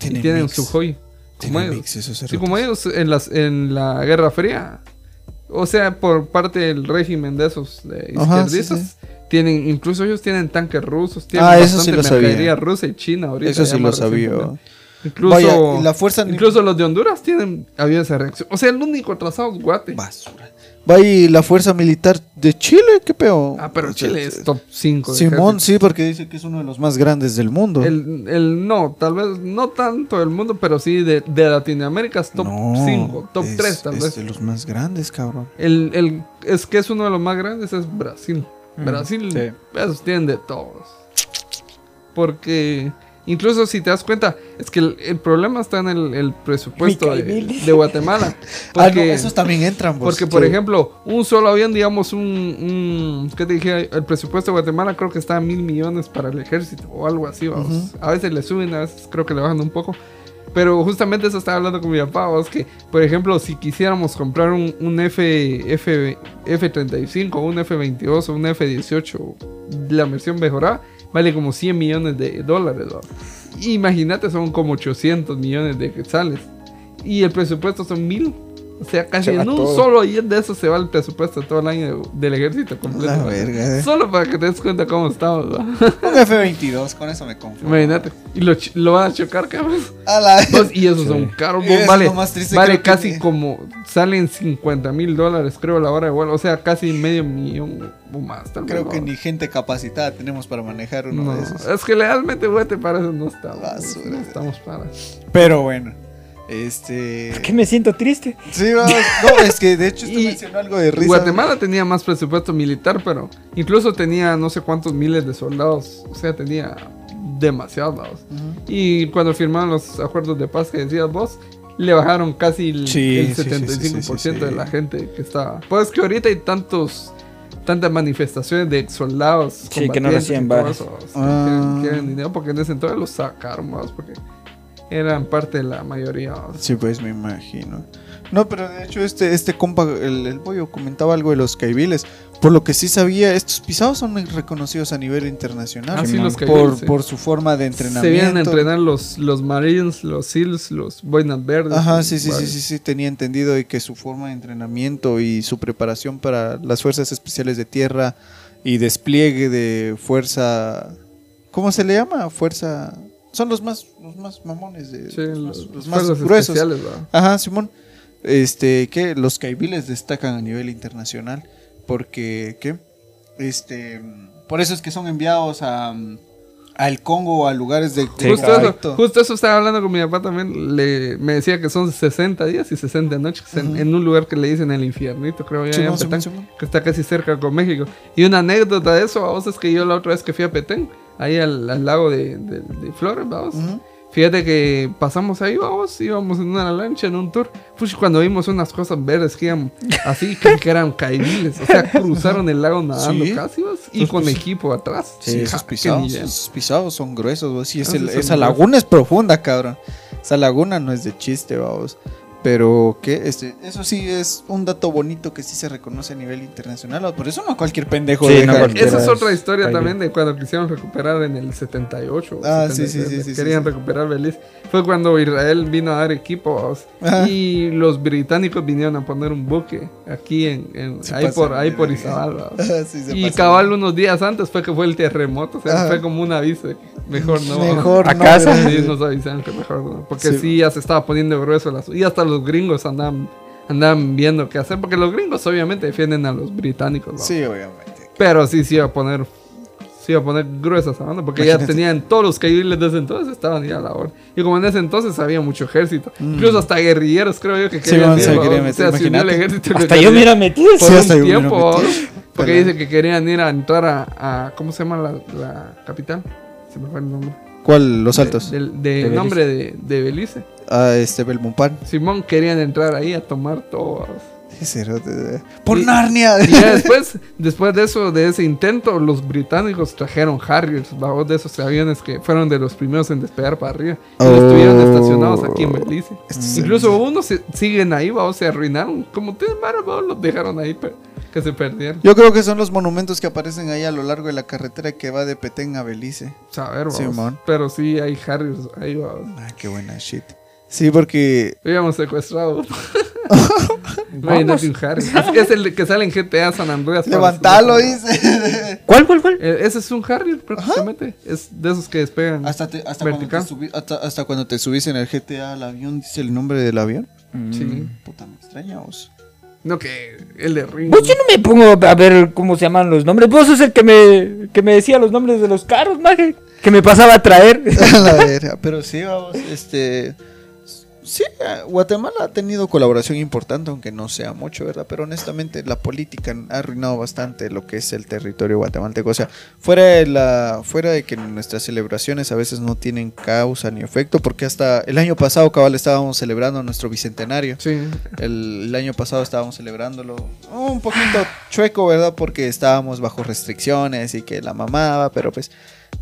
y tienen mix. Sukhoi. Tienen Como ellos. mix, esos Sí, cerotes. como ellos en, las, en la Guerra Fría. O sea, por parte del régimen de esos de Ajá, sí, izquierdistas. Tienen, incluso ellos tienen tanques rusos, tienen Ah, eso sí bastante lo sabía. mercadería rusa y china ahorita. Eso sí ya lo más sabía. recientemente. Incluso, Vaya, y la fuerza ni- incluso los de Honduras tienen aviones de reacción. O sea, el único atrasado es Guate. Basura. Va y la fuerza militar de Chile, qué peo. Ah, pero O sea, Chile es top 5. Simón, sí, porque dice que es uno de los más grandes del mundo. El, el- no, tal vez no tanto del mundo, pero sí de, de Latinoamérica es top No, 5, top es- 3 tal es vez. de los más grandes, cabrón. El, el- es que es uno de los más grandes, es Brasil. Brasil, sí. esos tienen de todos. Porque incluso si te das cuenta, es que el, el problema está en el, el presupuesto de, Micael. de Guatemala. Ah, Porque- no, esos también entran. vos. porque, por Sí. ejemplo, un solo avión, digamos, un, un- ¿Qué te dije? El presupuesto de Guatemala creo que está a mil millones para el ejército o algo así, vamos. A veces le suben, a veces creo que le bajan un poco. Pero justamente eso estaba hablando con mi papá, vamos, que, por ejemplo, si quisiéramos comprar un, un F, F, F-35, un F-22 o un F-18, la versión mejorada, vale como 100 millones de dólares, vamos. Imagínate, son como 800 millones de quetzales. Y el presupuesto son mil. O sea, casi Se va en un todo. solo día de eso se va el presupuesto de todo el año de- del ejército completo. La verga, eh. Solo para que te des cuenta cómo estamos. ¿no? Un F-22, con eso me confundo. Imagínate. Y lo, ch- lo van a chocar, cabrón. A la Pues, y esos son caros. Pues, Y eso es vale lo más triste, vale creo que casi sí. como. Salen 50 mil dólares, creo, la hora de vuelo. O sea, casi medio millón o más. Tal vez, Creo que ¿no? ni gente capacitada tenemos para manejar uno No, de esos. es que legalmente, güey, te parece, no estamos. Basura. No estamos para. Pero bueno, este. ¿Por qué me siento triste? Sí, vamos. No, es que de hecho usted Y- mencionó algo de risa. Guatemala tenía más presupuesto militar, pero incluso tenía no sé cuántos miles de soldados. O sea, tenía demasiados. Y cuando firmaron los acuerdos de paz que decías vos, le bajaron casi el, Sí, el sí, sí, sí, sí, 75% sí, sí. de la gente que estaba. Pues que ahorita hay tantos tantas manifestaciones de soldados. Sí, que no combatientes reciben y todo varas. eso, vos, Ah. que quieren dinero porque en ese entonces los sacaron, vos, porque eran parte de la mayoría. vos. Sí, pues me imagino. No, pero de hecho este, este compa, el, el pollo, comentaba algo de los caiviles. Por lo que sí sabía, estos pisados son reconocidos a nivel internacional. Ah, sí, Simón. los caiviles, por, sí. por su forma de entrenamiento. Se vienen a entrenar los, los Marines, los SEALs, los Boinas Verdes. Ajá, y sí, sí, sí, varios. sí, sí, tenía entendido y que su forma de entrenamiento y su preparación para las fuerzas especiales de tierra y despliegue de fuerza, ¿cómo se le llama? Fuerza, son los más, los más mamones de, Sí, los, los, más- los fuerzas más gruesos. especiales, ¿verdad? Ajá, Simón, este, que los caibiles destacan a nivel internacional porque, ¿qué? Este, por eso es que son enviados a, al Congo o a lugares de Sí, justo, conflicto. eso, justo eso estaba hablando con mi papá también. Le, me decía que son 60 días y 60 noches en, en un lugar que le dicen el infiernito, creo ya, allá Simón, en Simón, Petén, Simón. que está casi cerca con México. Y una anécdota de eso, vamos, es que yo la otra vez que fui a Petén, ahí al, al lago de, de- de Flores, vamos. Ujú. Fíjate que pasamos ahí, vamos, íbamos en una lancha, en un tour. Pues cuando vimos unas cosas verdes que iban así, que, que eran caibiles. O sea, cruzaron el lago nadando Sí. casi, vos, y con equipo atrás. Sí, Ja, esos qué pisados, nivel. esos pisados son gruesos, vos. Sí, es Ah, sí, el- son esa gruesos. laguna es profunda, cabrón. Esa laguna no es de chiste, vamos. Pero que este, eso sí es un dato bonito que sí se reconoce a nivel internacional. vamos. Por eso no cualquier pendejo Sí, deja no de- cualquiera. Eso Esa es- es Pero otra es historia baile. también de cuando quisieron recuperar en el 78. o Ah, sí, sí, sí, 79, sí, sí, Querían sí. recuperar Belice. Fue cuando Israel vino a dar equipo vamos, Ajá. y los británicos vinieron a poner un buque aquí en, en- Se ahí por pasan ahí de por verga. Izabal. vamos. Ah, sí, se Y pasan. cabal unos días antes fue que fue el terremoto, o sea, Ajá. fue como un aviso. de, Mejor no. vamos. Mejor ¿A no, casa? ¿verdad? Sí, nos avisaron que mejor no, Porque Sí. sí. ya se estaba poniendo grueso las Y hasta los gringos andaban, andaban viendo qué hacer. Porque los gringos obviamente defienden a los británicos. vamos. Sí, obviamente. Pero sí, sí iba a poner. Sí iba a poner gruesas a banda, Porque ya Imagínate. tenían todos los caíbles desde entonces, estaban ya a la hora. Y como en ese entonces había mucho ejército. Incluso hasta guerrilleros, creo yo, que Mm. Sí, querían. vamos, ir, se vamos, querían o meter, sea, se unió el imagínate. ejército. Hasta yo me mira hubiera metido. Sí, por hasta yo un me tiempo. lo metí. vamos, Porque Pero- dice que querían ir a entrar a. a- ¿Cómo se llama la, la capital? Se me fue el nombre. ¿Cuál? Los altos. Del, de- De Belice. nombre de, de Belice. Ah, este, Belmompán. Simón querían entrar ahí a tomar todo. vamos. Sí, cerote. Por Y- Narnia. Y ya después, después de eso, de ese intento, los británicos trajeron Harriers, babos de esos aviones que fueron de los primeros en despegar para arriba. Y los Oh. estuvieron estacionados aquí en Belice. Estos Incluso unos se- siguen ahí, babos, se arruinaron. Como ustedes varas, babos, los dejaron ahí pe- que se perdieron. Yo creo que son los monumentos que aparecen ahí a lo largo de la carretera que va de Petén a Belice. Saber, babos. Simón. Pero sí hay Harriers ahí, babos. Ah, qué buena shit. Sí, porque Habíamos secuestrado. Imagínate un Harrier. Es, es el que sale en GTA San Andreas. para- Levantalo, dice. ¿Cuál, cuál, cuál? Eh, Ese es un Harrier prácticamente. Es de esos que despegan. hasta, te- hasta cuando te Vertical. subi- hasta, hasta cuando te subís en el GTA al avión, dice el nombre del avión. Mm. Sí. Puta, me extraña, vos. No, que el de Ringo. Pues Vos yo no me pongo a ver cómo se llaman los nombres. Vos sos el que me, que me decía los nombres de los carros, maje. Que me pasaba a traer. La verga, Pero sí, vamos, este... Sí, eh, Guatemala ha tenido colaboración importante, aunque no sea mucho, ¿verdad? Pero honestamente la política ha arruinado bastante lo que es el territorio guatemalteco. O sea, fuera de, la, fuera de que nuestras celebraciones a veces no tienen causa ni efecto, porque hasta el año pasado, cabal, estábamos celebrando nuestro bicentenario. Sí. El, el año pasado estábamos celebrándolo un poquito chueco, ¿verdad? Porque estábamos bajo restricciones y que la mamaba, pero pues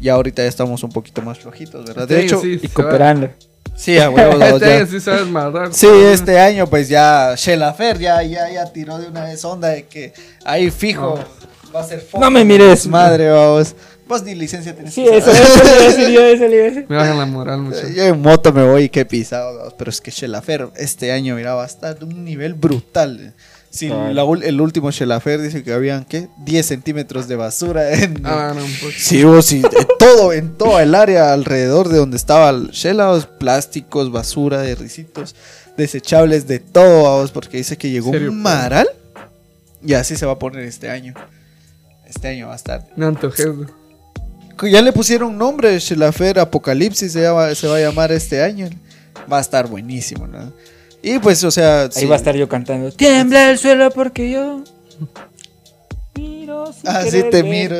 ya ahorita ya estamos un poquito más flojitos, ¿verdad? De Este hecho, año sí, sí y se cooperando. a huevo, va. la dos Este ya. año sí sabes matar. Sí, este año pues ya Shellafer ya, ya, ya tiró de una vez onda de que ahí fijo va a ser foco. No me mires. Madre, vamos. Vos ni licencia tenés. Sí, eso, eso, le iba a decir yo, eso, le iba a decir. Me bajan la moral mucho. Eh, Yo en moto me voy y qué pisado, vamos, pero es que Shellafer este año, mira, va a estar de un nivel brutal. Si Ay. la ul- el último Shellafer dice que habían, ¿qué? 10 centímetros de basura en... Ah, no, pues. Sí, vos, sí, de todo, en toda el área alrededor de donde estaba el Shella, vos, plásticos, basura, de risitos, desechables, de todo, vamos, porque dice que llegó Serio, un maral y así se va a poner este año. Este año va a estar Me antojé. güey. que Ya le pusieron nombre, Shellafer Apocalipsis se, llama- se va a llamar este año. Va a estar buenísimo, ¿no? Y pues, o sea. Ahí va a estar yo cantando. Tiembla el suelo porque yo. Miro Así sin querer Ah, Ah, te eh. verte". miro.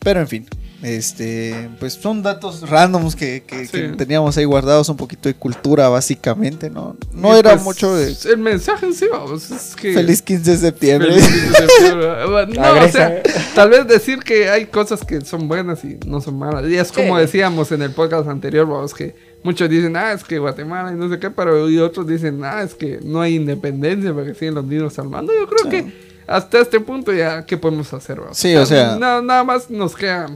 Pero en fin. Este, pues son datos randoms que, que- Sí. que teníamos ahí guardados, un poquito de cultura básicamente, ¿no? No Y era pues, mucho de El mensaje en sí, vamos, es que. feliz 15 de septiembre. feliz 15 de septiembre. No, o Regresa. sea, tal vez decir que hay cosas que son buenas y no son malas. Y es como Sí. decíamos en el podcast anterior, vamos, que muchos dicen, ah, es que Guatemala y no sé qué, pero y otros dicen, ah, es que no hay independencia porque siguen los niños al mando. Yo creo que hasta este punto ya, ¿qué podemos hacer, vamos? Sí, o sea- Na- nada más nos queda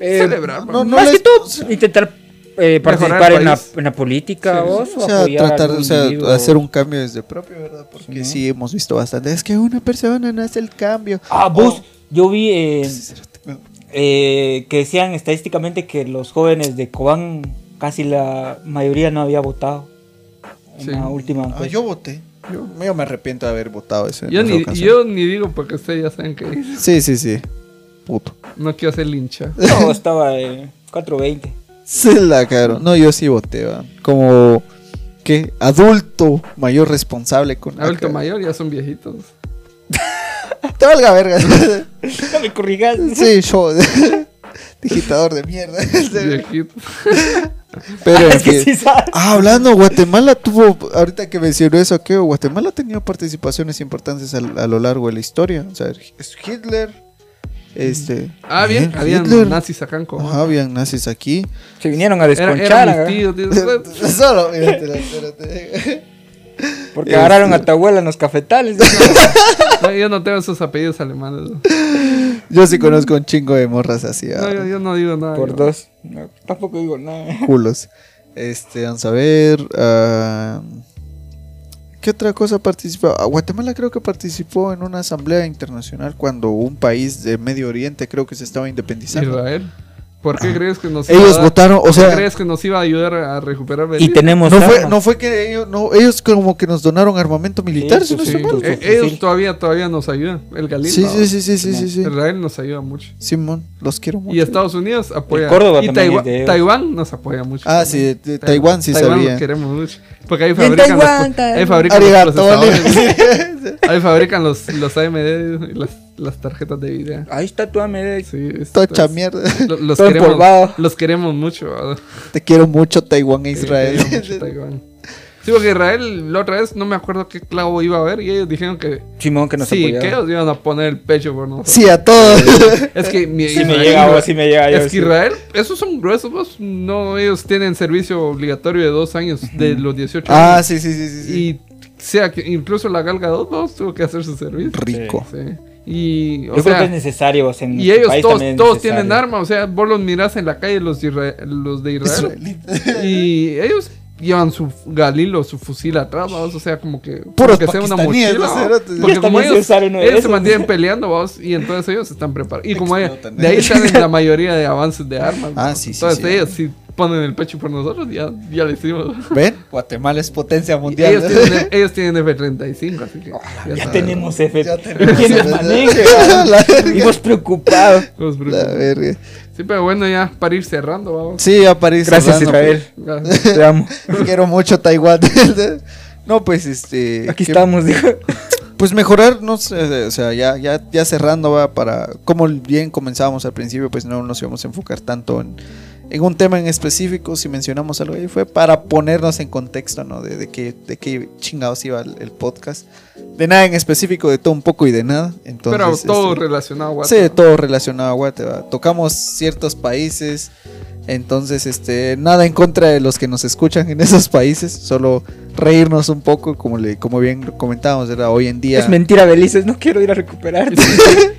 Eh, celebrar, no, vamos. no Más les- que todo, intentar eh, participar el en la, país. en la política Sí, vos, o, O sea, apoyar a tratar de algún o sea, individuo. hacer un cambio desde propio, ¿verdad? Porque sí hemos visto bastante. Es que una persona no hace el cambio. Ah, vos, yo vi eh, Oh. eh, que decían estadísticamente que los jóvenes de Cobán, casi la mayoría no había votado en Sí. la última Ah, encuesta. yo voté. Yo, yo me arrepiento de haber votado ese. en Yo esa ni, ocasión. yo ni digo porque ustedes ya saben que Sí, sí, sí. Puto. no quiero ser lincha. No, estaba eh, 420. Se la cagaron. No, yo sí voté, ¿va? Como. ¿Qué? Adulto mayor responsable con. Adulto Acá. mayor ya son viejitos. Te valga verga. No me corrigas. sí, yo. Digitador de mierda. viejitos. Pero en es que fin. sí sabes. Ah, hablando, Guatemala tuvo, ahorita que mencionó eso, que Guatemala ha tenido participaciones importantes al- a, lo largo de la historia. O sea, es Hitler, este... Ah, bien, eh, habían Hitler. nazis acá en Cobán. Ajá, habían nazis aquí. Se vinieron Pues a Era- desconchar. ¿eh? eran mis ¿verdad? tíos, pues, tíos. Solo, mira, espérate, espérate. Porque Este- agarraron a tu abuela en los cafetales. No, yo no tengo esos apellidos alemanes. No, Yo sí conozco un chingo de morras así, ah, yo, yo no digo nada. por yo- dos. No, tampoco digo nada. culos. Este, vamos a ver... ah, ¿Qué otra cosa participó? Ah, Guatemala creo que participó en una asamblea internacional cuando un país de Medio Oriente creo que se estaba independizando. Israel. ¿Por qué crees que nos Ellos a dar- votaron, o ¿por qué sea- crees que nos iba a ayudar a recuperar Y Berlín? tenemos. Pues No fue, armas. no fue que ellos, no, ellos como que nos donaron armamento militar, Sí, pues si no sí, estoy mal. sí. Eh, ellos todavía, todavía nos ayudan. El Galindo. Sí, sí, sí, sí, sí, sí, sí. Israel nos ayuda mucho. Simón, los quiero mucho. Y Estados Unidos apoya. El Córdoba y también Taiwa- es de ellos. Taiwán nos apoya mucho. Ah, sí, de- de Taiwán sí sabía. los queremos mucho. Porque Y ahí en fabrican, Taiwán, los, ahí Taiwán. fabrican los Arigato, procesadores. vale. Ahí fabrican los, los AMD y las, las tarjetas de video. Ahí está tu AMD. Sí, es- Tocha es- mierda. lo- los, Todo empolvado. queremos, los queremos mucho. ¿verdad? Te quiero mucho, Taiwán eh, e Sí, te quiero mucho, Israel. Taiwán. Sí, porque Israel la otra vez no me acuerdo qué clavo iba a ver y ellos dijeron que Simón que nos sí, apoyaba. que ellos iban a poner el pecho por nosotros. Sí, a todos. Es que mi, Si me Israel- llega vos, si me llega yo. Es que sí. Israel, esos son gruesos, vos. No, ellos tienen servicio obligatorio de dos años, de los 18 Ah, años. sí, sí, sí, sí. sí. eh. Y sea que incluso la Galga 2, vos tuvo que hacer su servicio. Rico. Sí. Y, Yo o creo sea, que es necesario. vos, en Y nuestro ellos país todos, también es todos necesario. tienen arma, o sea, vos los mirás en la calle los, de Isra- los de Israel y ellos llevan su galilo, su fusil atrás, vamos, o sea, como que Puros como que sea una pakistaníes, mochila. ¿no? ¿vamos? Cerotes. Ya Porque está como bien ellos, usar uno de ellos se esos. mantienen peleando, vamos, y entonces ellos están preparados. Y como ella- Explotan, de ¿eh? ahí salen la mayoría de avances de armas. Ah, vamos. sí, sí, Entonces sí. ellos si ponen el pecho por nosotros, ya, ya le hicimos. ¿Ven? Guatemala es potencia Y mundial. Ah, Ellos tienen, ellos tienen F-35, así que ya Ya saben, tenemos F. Ya tenemos ¿Quién nos F. maneje? La verga. Vivos preocupados. los La brujos. verga. Sí, pero bueno, ya para ir cerrando, vamos. Sí, a París. Gracias, cerrando. Israel. Te amo. Te quiero mucho, Taiwán. No, pues este. Aquí ¿qué estamos, dijo. Pues mejorar, no sé, eh, o sea, ya, ya, ya cerrando, va, para, como bien comenzábamos al principio, pues no nos íbamos a enfocar tanto en, en un tema en específico, si mencionamos algo ahí, fue para ponernos en contexto, ¿no? De, de qué, de qué chingados iba el, el podcast. De nada en específico, de todo un poco y de nada. Entonces, Pero todo este, relacionado a Sí, WhatsApp. de todo relacionado a Guate, va. Tocamos ciertos países, entonces, este, nada en contra de los que nos escuchan en esos países, solo reírnos un poco, como, le, como bien comentábamos, era hoy en día... Es mentira, Belices. No quiero ir a recuperar.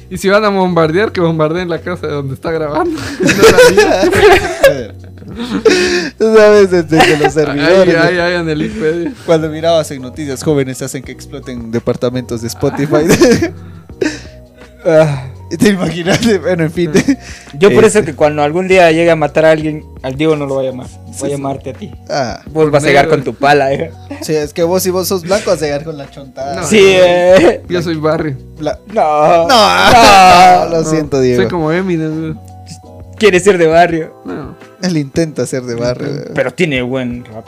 Y si van a bombardear, que bombardeen la casa de donde está grabando. No la mía. ¿Sabes? Desde que los ahí, servidores. ahí, ahí en el Wikipedia. Cuando mirabas en noticias, jóvenes hacen que exploten departamentos de Spotify. Ah. Te imaginas, bueno, en fin. Yo por Este. eso que cuando algún día llegue a matar a alguien, al Diego no lo voy a llamar. Voy a llamarte a ti. Ah, Vos vas a llegar con tu pala, eh. sí, es que vos y vos sos blanco vas a llegar con la chontada. No. Sí, eh. Yo soy Barry. La- No. No, No. lo siento, Diego. Soy como Eminem. Quiere ser de barrio. No. Él intenta hacer de barrio. Pero tiene buen rap.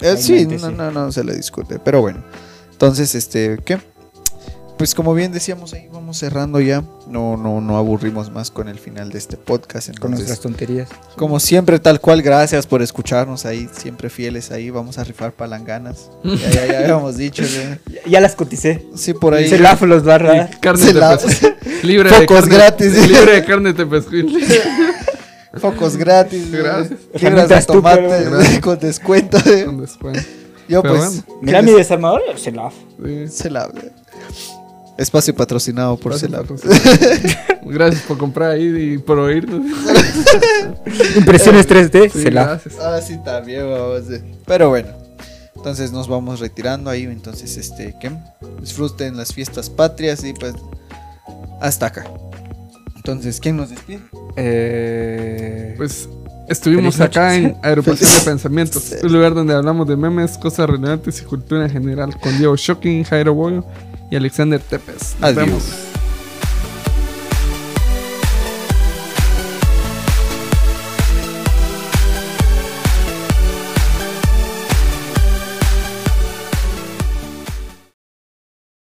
Eh, sí, Realmente no, sí. no, no se le discute. Pero bueno. Entonces, este, ¿qué? pues como bien decíamos ahí, vamos cerrando ya. No, no, no aburrimos más con el final de este podcast. con Entonces, nuestras tonterías. como siempre, tal cual, gracias por escucharnos ahí, siempre fieles ahí. Vamos a rifar palanganas. Mm. Ya, ya, ya habíamos dicho. ya. Ya, ya las coticé. Sí, por ahí. Se lafo los barra. Carne Se de la- pes- libre de Focos carne- gratis. Libre de carne de pescuil. Focos gratis. ¿eh? Gracias. Libras de Herramientas tú, tomate pero- Gracias. con descuento. ¿eh? Con descuento. Yo Pero pues. Mira que mi les- desarmador, se lafo. Sí. Se la- Espacio patrocinado por Gracias, Celab. patrocinador. Gracias por comprar ahí y por oírnos. Impresiones 3D, Sí, se lafo. gracias. Ah, sí, también, vamos. eh. Pero bueno. Entonces nos vamos retirando ahí. Entonces, este, ¿qué? Disfruten las fiestas patrias y pues. Hasta acá. Entonces, ¿quién nos despide? Eh, Pues estuvimos Feliz noche. acá en Aeroporción de Feliz- Pensamientos, un lugar donde hablamos de memes, cosas relevantes y cultura en general con Diego Shocking, Jairo Boyo y Alexander Tepes. Nos Adiós. vemos.